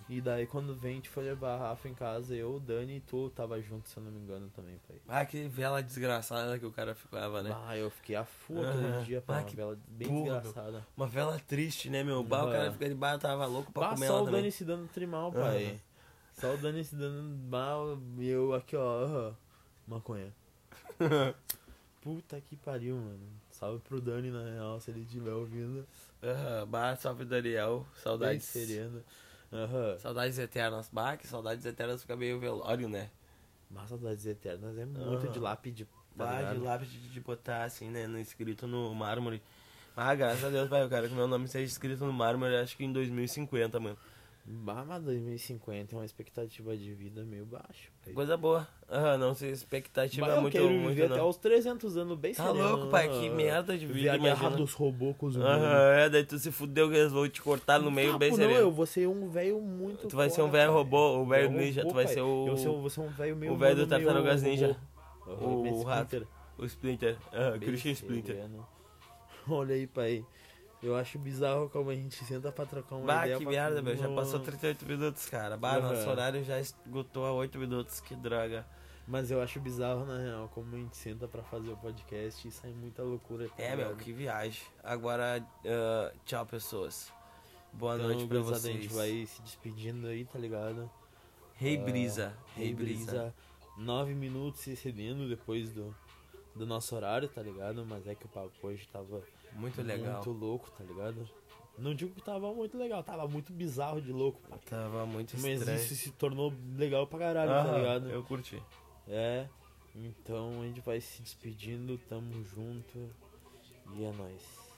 Speaker 1: E daí quando vem, a gente foi levar a Rafa em casa, eu, o Dani e tu tava junto, se eu não me engano, também, pai.
Speaker 2: Ah, que vela desgraçada que o cara ficava, né?
Speaker 1: Ah, eu fiquei a fua aquele
Speaker 2: Ah,
Speaker 1: dia,
Speaker 2: ah,
Speaker 1: pai. Uma
Speaker 2: que
Speaker 1: vela bem
Speaker 2: burro, meu.
Speaker 1: desgraçada.
Speaker 2: Uma vela triste, né, meu? Bah, o
Speaker 1: Ah.
Speaker 2: cara fica de bar, tava louco pra
Speaker 1: Bah,
Speaker 2: comer
Speaker 1: só
Speaker 2: ela
Speaker 1: o Dani
Speaker 2: também.
Speaker 1: se dando trimal, pai. Só o Dani se dando mal e eu aqui, ó. aham, maconha. Puta que pariu, mano. Salve pro Dani, na real, se ele estiver ouvindo.
Speaker 2: Aham, bah, salve Daniel.
Speaker 1: Bem
Speaker 2: Saudades.
Speaker 1: sereno. Aham.
Speaker 2: Saudades eternas. Bah, que saudades eternas fica meio velório, né?
Speaker 1: Mas saudades eternas é muito
Speaker 2: Aham.
Speaker 1: de lápide. Tá
Speaker 2: Bah, de
Speaker 1: ligado?
Speaker 2: lápis de, de botar assim, né? No escrito no mármore. Ah, graças a Deus, pai, eu quero que meu nome seja escrito no mármore, acho que em 2050, mano.
Speaker 1: Bah, mas 2050 é uma expectativa de vida meio baixa. pai.
Speaker 2: Coisa boa. Aham, não sei, expectativa é
Speaker 1: Bah, eu
Speaker 2: muito,
Speaker 1: quero viver
Speaker 2: muito
Speaker 1: até
Speaker 2: não.
Speaker 1: os 300 anos bem
Speaker 2: Tá
Speaker 1: sereno,
Speaker 2: louco, pai,
Speaker 1: né?
Speaker 2: que merda de
Speaker 1: Ver
Speaker 2: vida,
Speaker 1: a guerra
Speaker 2: imagina.
Speaker 1: dos robôs com os humanos.
Speaker 2: Aham, é, daí tu se fudeu que eles vão te cortar tá no meio
Speaker 1: Não,
Speaker 2: bem
Speaker 1: não,
Speaker 2: sereno.
Speaker 1: eu vou ser um velho muito.
Speaker 2: Tu vai ser um
Speaker 1: foda,
Speaker 2: velho
Speaker 1: pai.
Speaker 2: robô, o velho
Speaker 1: Velho
Speaker 2: ninja,
Speaker 1: robô,
Speaker 2: tu vai
Speaker 1: pai.
Speaker 2: ser
Speaker 1: Eu
Speaker 2: o,
Speaker 1: sou, vou ser um velho meio.
Speaker 2: o velho do
Speaker 1: humano, meio
Speaker 2: Tartarugas
Speaker 1: robô.
Speaker 2: Ninja.
Speaker 1: Aham,
Speaker 2: O
Speaker 1: meio
Speaker 2: rato.
Speaker 1: Splinter.
Speaker 2: o Splinter. Ah,
Speaker 1: Meio
Speaker 2: Christian Splinter.
Speaker 1: sereno. Olha aí, pai. Eu acho bizarro como a gente senta pra trocar uma
Speaker 2: Bah,
Speaker 1: ideia.
Speaker 2: que
Speaker 1: pra-
Speaker 2: merda, meu. Já
Speaker 1: Não.
Speaker 2: passou 38 minutos, cara. Bah,
Speaker 1: Aham.
Speaker 2: nosso horário já esgotou a 8 minutos, que droga.
Speaker 1: Mas eu acho bizarro, na real, como a gente senta pra fazer o podcast e sai muita loucura. tá
Speaker 2: É, meu,
Speaker 1: ligado?
Speaker 2: que viagem. Agora, ah, tchau, pessoas. Boa
Speaker 1: Então,
Speaker 2: noite pra
Speaker 1: gurizada, A
Speaker 2: vocês.
Speaker 1: gente vai se despedindo aí, tá ligado?
Speaker 2: Rei
Speaker 1: Ah,
Speaker 2: Brisa. Rei Brisa.
Speaker 1: Rebrisa. Nove minutos se cedendo depois do, do nosso horário, tá ligado? Mas é que o papo hoje tava
Speaker 2: Muito legal.
Speaker 1: muito louco, tá ligado? Não digo que tava muito legal, tava muito bizarro de louco, pá.
Speaker 2: Tava muito
Speaker 1: Mas
Speaker 2: estranho.
Speaker 1: isso se tornou legal pra caralho, tá
Speaker 2: Aham,
Speaker 1: ligado?
Speaker 2: Eu curti.
Speaker 1: É. Então a gente vai se despedindo, tamo junto. E é nóis.